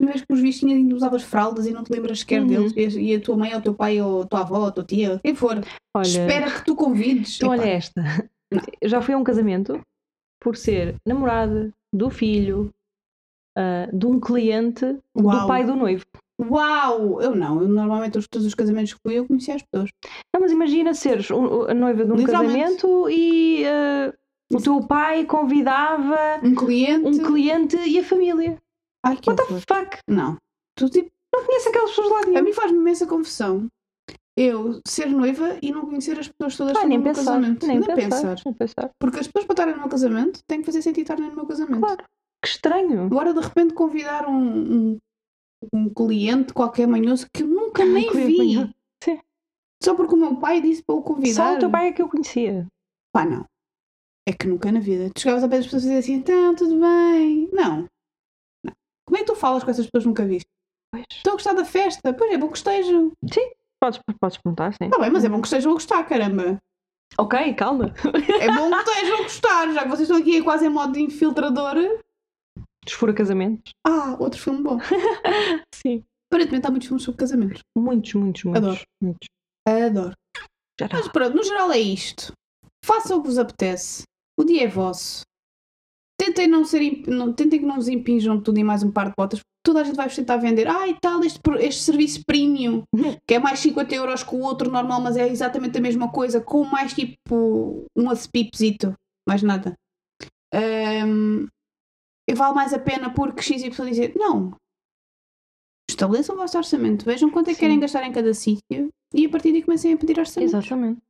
B: Primeiro que os viste, ainda usavas fraldas e não te lembras sequer
A: Uhum.
B: deles. E a- E a tua mãe, ou o teu pai, ou a tua avó, ou a tua tia, ou quem for,
A: Olha,
B: espera que tu convides.
A: então
B: Epá,
A: olha esta. Eu já fui a um casamento por ser namorada do filho ah, de um cliente do
B: uau.
A: pai do noivo.
B: Uau! Eu não, eu normalmente os- todos os casamentos que fui eu conhecia as pessoas.
A: Não, mas imagina seres um- a noiva de um
B: Literalmente.
A: casamento e ah, o teu pai convidava
B: Um cliente.
A: um cliente e a família.
B: Ai, que
A: What the
B: horror.
A: fuck?
B: Não. Tu tipo,
A: Não conheço aquelas pessoas lá de
B: a
A: nenhum.
B: mim faz-me imensa confusão. Eu ser noiva e não conhecer as pessoas todas que
A: Ah,
B: estão
A: nem
B: no meu
A: pensar.
B: casamento.
A: Nem,
B: nem
A: pensar,
B: pensar.
A: Nem pensar.
B: Porque as pessoas para estarem no meu casamento têm que fazer sentido estarem no meu casamento.
A: Claro. Que estranho.
B: Agora de repente convidar um, um, um cliente qualquer manhoso que eu nunca nem
A: cliente
B: vi.
A: manhoso. Sim.
B: Só porque o meu pai disse para o convidar.
A: Só o teu pai é que eu conhecia.
B: Pá, não. É que nunca na vida. Tu chegavas a pé das pessoas e dizias assim, então, tudo bem. Não. não. Como é que tu falas com essas pessoas que nunca viste?
A: Pois.
B: Estou a gostar da festa. Pois é bom que estejam.
A: Podes, podes perguntar, sim.
B: Está bem, mas é bom que estejam a gostar, caramba.
A: Ok, calma.
B: É bom que estejam a gostar, já que vocês estão aqui quase em modo de infiltrador.
A: Desfura casamentos.
B: Ah, outro filme bom.
A: Sim.
B: Aparentemente há muitos filmes sobre casamentos.
A: Muitos, muitos, muitos.
B: Adoro.
A: Muitos.
B: Adoro.
A: Já dá.
B: Mas pronto, no geral é isto. Façam o que vos apetece. O dia é vosso. Tentem, não ser, imp- não, tentem que não vos impinjam tudo e mais um par de botas. porque Toda a gente vai vos tentar vender. Ah, e tal, este, pro- este serviço premium, que é mais 50 euros que o outro normal, mas é exatamente a mesma coisa, com mais tipo um acepipzito. Mais nada. Ahm, e vale mais a pena porque XY dizer não. Estabeleçam o vosso orçamento, vejam quanto é que
A: Sim.
B: querem gastar em cada sítio e a partir daí comecem a pedir orçamento.
A: Exatamente.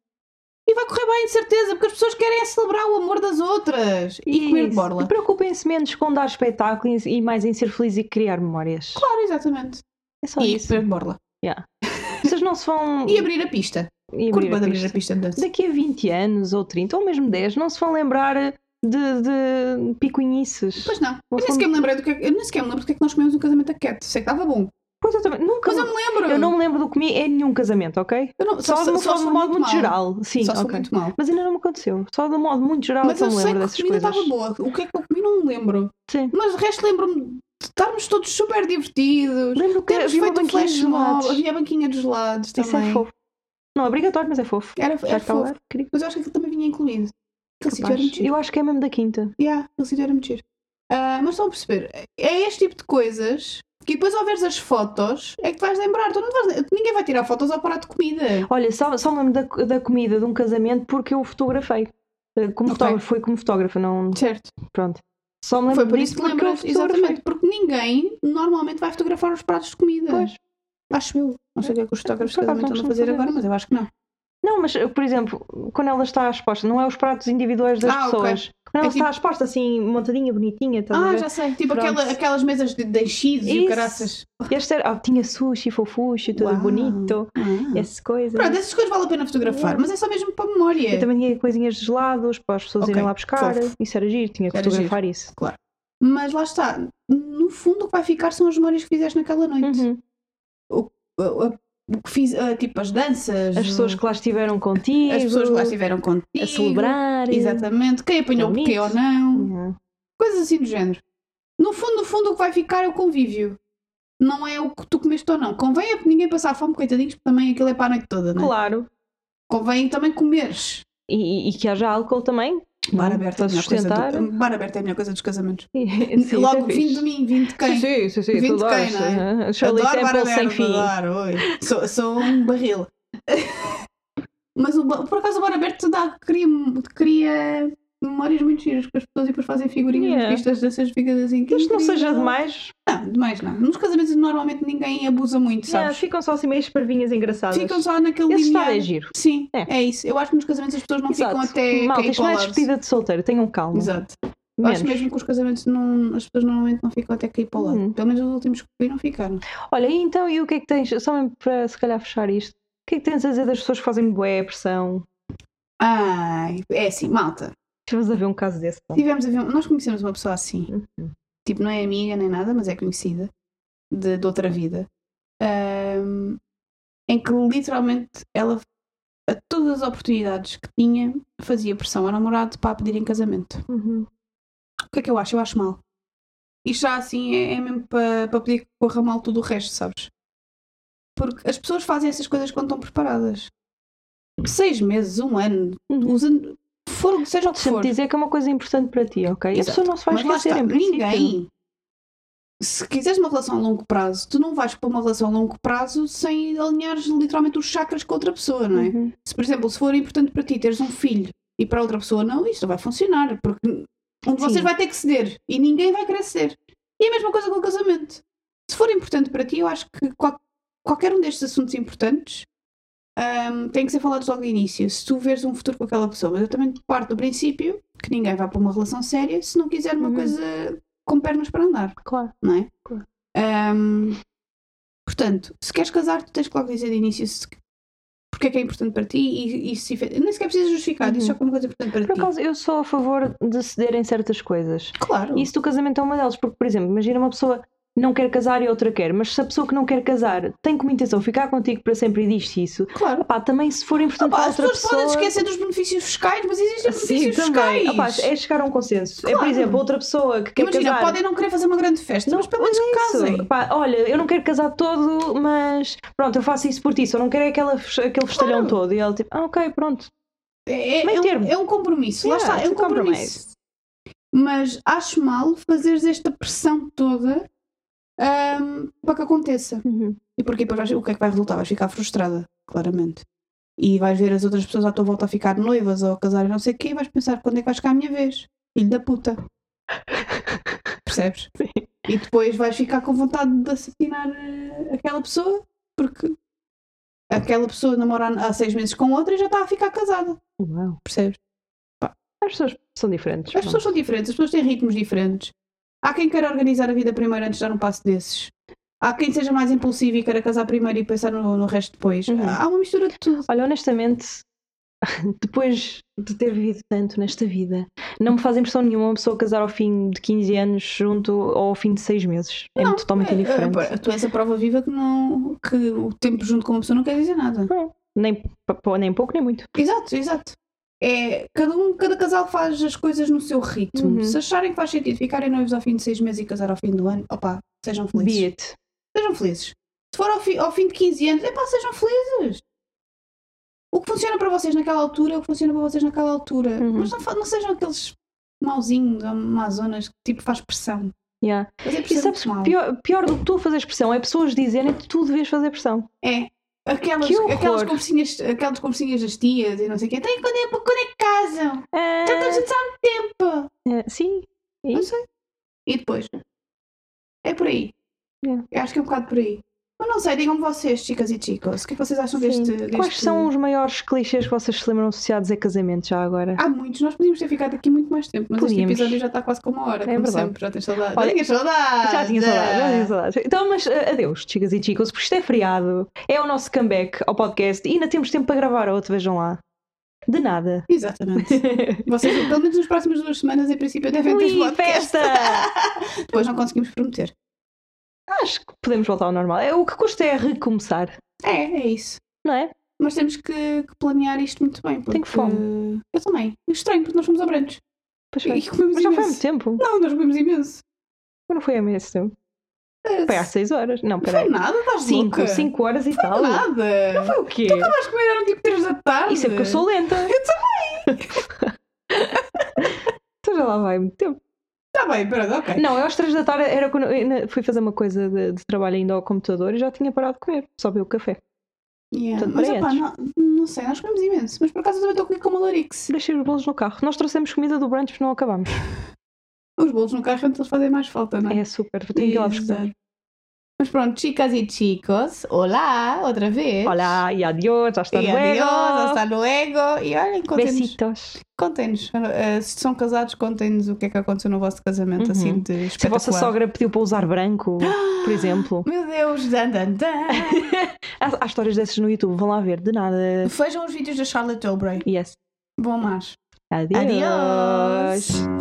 B: E vai correr bem, de certeza, porque as pessoas querem é celebrar o amor das outras e, comer de
A: Isso.
B: borla.
A: Preocupem-se menos com dar espetáculo e- e mais em ser feliz e criar memórias.
B: Claro, exatamente.
A: É só
B: e
A: isso.
B: comer de borla.
A: Vocês não se vão.
B: E abrir a pista.
A: e abrir
B: Curto
A: a
B: bem de abrir
A: pista.
B: a pista de dança.
A: Daqui a 20 anos ou 30 ou mesmo 10, não se vão lembrar de, de picuinhices.
B: Pois não. Eu
A: Nós
B: nem sequer me lembrei do que é- eu nem sequer me lembro do que é que nós comemos no casamento da Cat. Sei que estava bom.
A: Pois eu também. Nunca.
B: Mas eu me lembro.
A: eu não me lembro do que comi em nenhum casamento, ok?
B: Eu não-
A: Só, de uma
B: só
A: forma de
B: foi
A: um modo muito
B: mal.
A: geral. Sim,
B: Só se foi
A: ok.
B: muito mal.
A: Mas ainda não me aconteceu. Só de um modo muito geral
B: Mas
A: que eu
B: eu
A: me
B: sei
A: lembro
B: que a
A: dessas
B: comida
A: coisas.
B: estava boa. O que é que eu comi não me lembro.
A: Sim.
B: Mas de resto lembro-me de estarmos todos super divertidos.
A: Lembro que
B: Temos
A: havia uma
B: feito um
A: banquinha de
B: flash mob.
A: gelados.
B: Havia a banquinha dos lados
A: Isso é
B: também.
A: fofo. Não é obrigatório, mas é fofo.
B: Era,
A: Já
B: era
A: está lá,
B: fofo.
A: querido.
B: Mas eu acho que aquilo também vinha incluído. Aquele sítio era
A: Rapaz,
B: muito giro.
A: Eu acho que é mesmo da quinta.
B: Yeah, aquele sítio era muito giro. Ah, mas estão a perceber, é este tipo de coisas que depois ao veres as fotos é que te vais lembrar. Tu não vais- ninguém vai tirar fotos ao parar de comida.
A: Olha, só, só me lembro da, da comida de um casamento porque eu fotografei. Eh, Como
B: Ok.
A: fotógrafo, foi como fotógrafa, não.
B: Certo.
A: Pronto. Só me lembro
B: Foi por isso
A: disso
B: que
A: porque eu
B: lembras,
A: fotografei.
B: exatamente, porque ninguém normalmente vai fotografar os pratos de comida.
A: Pois.
B: Acho eu. Não sei o que é que os fotógrafos
A: Por acaso
B: também estão a
A: não
B: fazer
A: costumo
B: agora, mas eu acho que não.
A: Não, mas, eh, por exemplo, quando ela está exposta, não é os pratos individuais das
B: Ah, ok.
A: pessoas. Quando ela
B: É tipo-
A: está exposta assim, montadinha, bonitinha, estás a
B: Ah,
A: ver?
B: já sei. Tipo
A: Pronto.
B: aquela- aquelas mesas de, de enchidos e o
A: Isso.
B: caraças.
A: Este era, ah, tinha sushi, fofuxo, tudo
B: Uau.
A: bonito,
B: Ah.
A: essas coisas.
B: Pronto, essas coisas vale a pena fotografar, mas é só mesmo para a memória.
A: Eu também tinha coisinhas de gelados para as pessoas
B: Ok,
A: irem lá buscar.
B: fofo.
A: Isso era giro, tinha que
B: Era
A: fotografar isso.
B: Mas lá está, no fundo o que vai ficar são as memórias que fizeste naquela noite.
A: Uhum.
B: A- a- o que fiz, ah, tipo as danças,
A: As pessoas que lá estiveram contigo.
B: uh, as pessoas que lá estiveram contigo,
A: A celebrar. Uhum.
B: exatamente, quem apanhou
A: Amigos.
B: porquê ou não,
A: Yeah.
B: coisas assim do género. No fundo, no fundo, o que vai ficar é o convívio. Não é o que tu comeste ou não. Convém a ninguém passar fome, coitadinhos, porque também aquilo é para a noite toda, não é?
A: Claro.
B: Convém também comeres.
A: E, e- e que haja álcool também.
B: Bar
A: não?
B: aberto,
A: Para
B: é a melhor coisa
A: sustentar.
B: do, bar aberto é a melhor coisa dos casamentos.
A: Sim, isso
B: Logo,
A: é
B: vinho
A: fixe.
B: de mim, vinho de quem?
A: Sim, sim, sim,
B: Vinte
A: tu
B: de quem,
A: adoras.
B: não é?
A: aham. Shirley
B: adoro
A: Temple
B: Barabé,
A: sem fim.
B: adoro, oi. Sou, sou um barril. Mas o ba- por acaso o bar aberto dá, cria, cria memórias muito giras com as pessoas e depois fazem figurinhas
A: Yeah.
B: nas pistas dessas ficadas assim. que
A: Desde que não
B: incrível.
A: seja demais,
B: Não, demais não. Nos casamentos normalmente ninguém abusa muito,
A: yeah,
B: sabes?
A: ficam só assim meio esparvinhas engraçadas.
B: Ficam só naquele
A: Esse estado
B: limiar.
A: é giro.
B: Sim,
A: É.
B: é. isso. Eu acho que nos casamentos as pessoas não
A: Exato.
B: ficam até
A: Malta,
B: cair
A: isto
B: para
A: não é
B: o lado.
A: despedida de solteiro, tenham calma.
B: Exato. Eu
A: Menos.
B: Acho mesmo que os casamentos não, as pessoas normalmente não ficam até cair para o lado.
A: Uhum.
B: Pelo menos os últimos que fui não ficaram.
A: Olha, e então, e o que é que tens? Só mesmo para se calhar fechar isto. O que é que tens a dizer das pessoas que fazem bué pressão?
B: Ai, é assim, malta.
A: Tivemos a ver um caso desse. não?
B: Tivemos a ver, nós conhecemos uma pessoa assim,
A: Uhum.
B: tipo, não é amiga nem nada, mas é conhecida de, de outra vida, ahm, em que literalmente ela, a todas as oportunidades que tinha, fazia pressão ao namorado para a pedir em casamento.
A: Uhum.
B: O que é que eu acho? Eu acho mal. Isto já assim é, é mesmo para, para pedir que corra mal tudo o resto, sabes? Porque as pessoas fazem essas coisas quando estão preparadas. Seis meses, um ano,
A: Uhum.
B: usando, for, seja o que
A: Podes sempre
B: for.
A: dizer que é uma coisa importante para ti, ok? E a
B: Exato.
A: pessoa não se é vai
B: Mas lá
A: esquecer
B: está,
A: em princípio.
B: ninguém. Se quiseres uma relação a longo prazo, tu não vais para uma relação a longo prazo sem alinhares literalmente os chakras com outra pessoa, não é?
A: Uhum.
B: Se, por exemplo, se for importante para ti teres um filho e para outra pessoa não, isso não vai funcionar, porque um de
A: Sim.
B: vocês vai ter que ceder e ninguém vai querer ceder. E a mesma coisa com o casamento. Se for importante para ti, eu acho que qual- qualquer um destes assuntos importantes hum, tem que ser falado logo de início, se tu veres um futuro com aquela pessoa. Mas eu também parto do princípio que ninguém vai para uma relação séria se não quiser uma
A: Uhum.
B: coisa com pernas para andar,
A: Claro.
B: não é?
A: Claro.
B: Hum, portanto, se queres casar, tu tens que logo dizer de início se- porque é que é importante para ti e, e se efe- nem sequer precisas justificar, diz
A: Uhum.
B: só como coisa importante para
A: Por
B: ti.
A: acaso, eu sou a favor de cederem certas coisas.
B: Claro.
A: E isso do casamento é uma delas, porque, por exemplo, imagina uma pessoa não quer casar e a outra quer, mas se a pessoa que não quer casar tem como intenção ficar contigo para sempre e diz-te isso,
B: Claro.
A: pá, também se for importante
B: Opa,
A: para
B: Ah, as
A: outra
B: pessoas
A: pessoa. Ah,
B: podem esquecer dos benefícios fiscais, mas existem
A: Sim,
B: benefícios
A: também.
B: fiscais.
A: Opa, é chegar a um consenso. É, por
B: Tipo, Claro.
A: exemplo, outra pessoa que quer
B: Imagina,
A: casar.
B: podem não querer fazer uma grande festa,
A: Não, é
B: mas pelo menos que
A: Isso.
B: casem.
A: Pá, olha, eu não quero casar todo, mas pronto, eu faço isso por ti. Só não quero é aquela, fes- aquele festalhão
B: Claro.
A: todo. E ela tipo, ah, ok, pronto.
B: É, é-
A: Meio
B: é
A: termo.
B: um, é um compromisso.
A: Yeah,
B: Lá está, é um
A: it's a compromise.
B: compromisso. Mas acho mal fazeres esta pressão toda ahm, para que aconteça. E porque depois vais- o que é que vai resultar? Vais ficar frustrada, claramente. E vais ver as outras pessoas à tua volta a ficar noivas ou a casar e não sei o quê, e vais pensar quando é que vai chegar a minha vez? Filho da puta. Percebes?
A: Sim.
B: E depois vais ficar com vontade de assassinar eh, aquela pessoa porque aquela pessoa namora há há seis meses com outra e já está a ficar casada.
A: Uau.
B: Percebes?
A: As pessoas são diferentes. é?
B: As
A: pronto.
B: pessoas são diferentes, as pessoas têm ritmos diferentes. Há quem queira organizar a vida primeiro antes de dar um passo desses. Há quem seja mais impulsivo e queira casar primeiro e pensar no, no resto depois.
A: Uhum.
B: Há uma mistura de tudo.
A: Olha, honestamente, depois de ter vivido tanto nesta vida, não me faz impressão nenhuma uma pessoa casar ao fim de 15 anos junto ou ao fim de 6 meses. É
B: Não,
A: totalmente
B: é-
A: indiferente.
B: é- tu és a prova viva que, não, que o tempo junto com uma pessoa não quer dizer nada.
A: Nem, pa- pa- nem pouco, nem muito.
B: Exato, exato. É, cada, um, cada casal faz as coisas no seu ritmo.
A: Uhum.
B: Se acharem que faz sentido ficarem noivos ao fim de seis meses e casar ao fim do ano, opá, sejam felizes.
A: Be it.
B: Sejam felizes. Se for ao, fi- ao fim de 15 anos, epá, sejam felizes. O que funciona para vocês naquela altura é o que funciona para vocês naquela altura.
A: Uhum.
B: Mas não, fa- não sejam aqueles mauzinhos ou mazonas que tipo faz pressão.
A: Yeah.
B: Fazer
A: E
B: pressão é
A: sabes,
B: muito mal.
A: pior, pior do que tu fazeres pressão é pessoas dizerem que tu devias fazer pressão.
B: É. Aquelas,
A: Que horror.
B: aquelas, conversinhas, aquelas conversinhas das tias e não sei o quê. Então, e quando é, quando é que casam?
A: Ah,
B: Já estamos juntos há muito tempo.
A: ah, sim,
B: Não sei. E depois? É por aí.
A: Yeah.
B: Eu acho que é um bocado por aí. Mas não sei, digam-me vocês, chicas e chicos, o que é que vocês acham
A: Sim.
B: deste, deste.
A: Quais são os maiores clichês que vocês se lembram associados a casamento já agora?
B: Há muitos, nós podíamos ter ficado aqui muito mais tempo, mas
A: Podíamos.
B: este episódio já está quase com uma hora,
A: É
B: como
A: verdade.
B: sempre, já tens saudade.
A: Olha,
B: já tinha saudade!
A: Já tinha saudades, já tinha saudades. Então, mas ah, adeus, chicas e chicos, porque isto é feriado, é o nosso comeback ao podcast e ainda temos tempo para gravar outro, vejam lá. De nada.
B: Exatamente. Vocês, pelo menos nas próximas duas semanas, em princípio, devem ter
A: Ui,
B: podcast.
A: festa!
B: Depois não conseguimos prometer.
A: Acho que podemos voltar ao normal. É, o que custa é recomeçar.
B: É, é isso.
A: não é?
B: Mas temos que, que planear isto muito bem. Porque...
A: Tenho fome.
B: Eu também. E Estranho, porque nós fomos a Brandos.
A: Pois
B: E
A: foi.
B: e comemos
A: Mas já foi há muito
B: imenso.
A: tempo.
B: Não, nós comemos imenso.
A: Mas Não foi há muito tempo.
B: É,
A: Foi há 6 horas. Não,
B: Não foi
A: peraí.
B: nada, estás
A: 5,
B: louca.
A: 5 horas e tal.
B: Nada. Não
A: Foi o quê?
B: vais comer, eram tipo 3 da tarde.
A: Isso é porque eu sou lenta. Eu também! então já lá vai muito tempo.
B: Está Tá bem, pronto, ok.
A: Não, eu às 3 da tarde era quando eu ainda fui fazer uma coisa de, de trabalho ainda ao computador e já tinha parado de comer. Só bebi o café.
B: Yeah,
A: Portanto,
B: Mas
A: para
B: opá,
A: eles.
B: não, não sei, nós comemos imenso. Mas por acaso eu também estou a comer com uma Lorix.
A: Deixei os bolos no carro. Nós trouxemos comida do brunch, mas não acabámos.
B: Os bolos no carro antes eles fazem mais falta, não é?
A: É super. Tenho que ir lá buscar.
B: Exato. Mas pronto, chicas e chicos, olá, outra vez.
A: Olá e adiós, hasta
B: E
A: luego.
B: adiós, hasta luego. E olhem, contem-nos.
A: Besitos.
B: contem-nos, eh, se são casados, contem-nos o que é que aconteceu no vosso casamento,
A: Uhum.
B: assim de
A: Se a vossa
B: espetacular.
A: sogra pediu para usar branco, por exemplo.
B: Meu Deus, dan, dan, dan.
A: Há, há histórias dessas no YouTube, vão lá ver, de nada.
B: Vejam os vídeos da Charlotte Tilbury.
A: Yes.
B: Vão mais.
A: Adiós.
B: Adiós.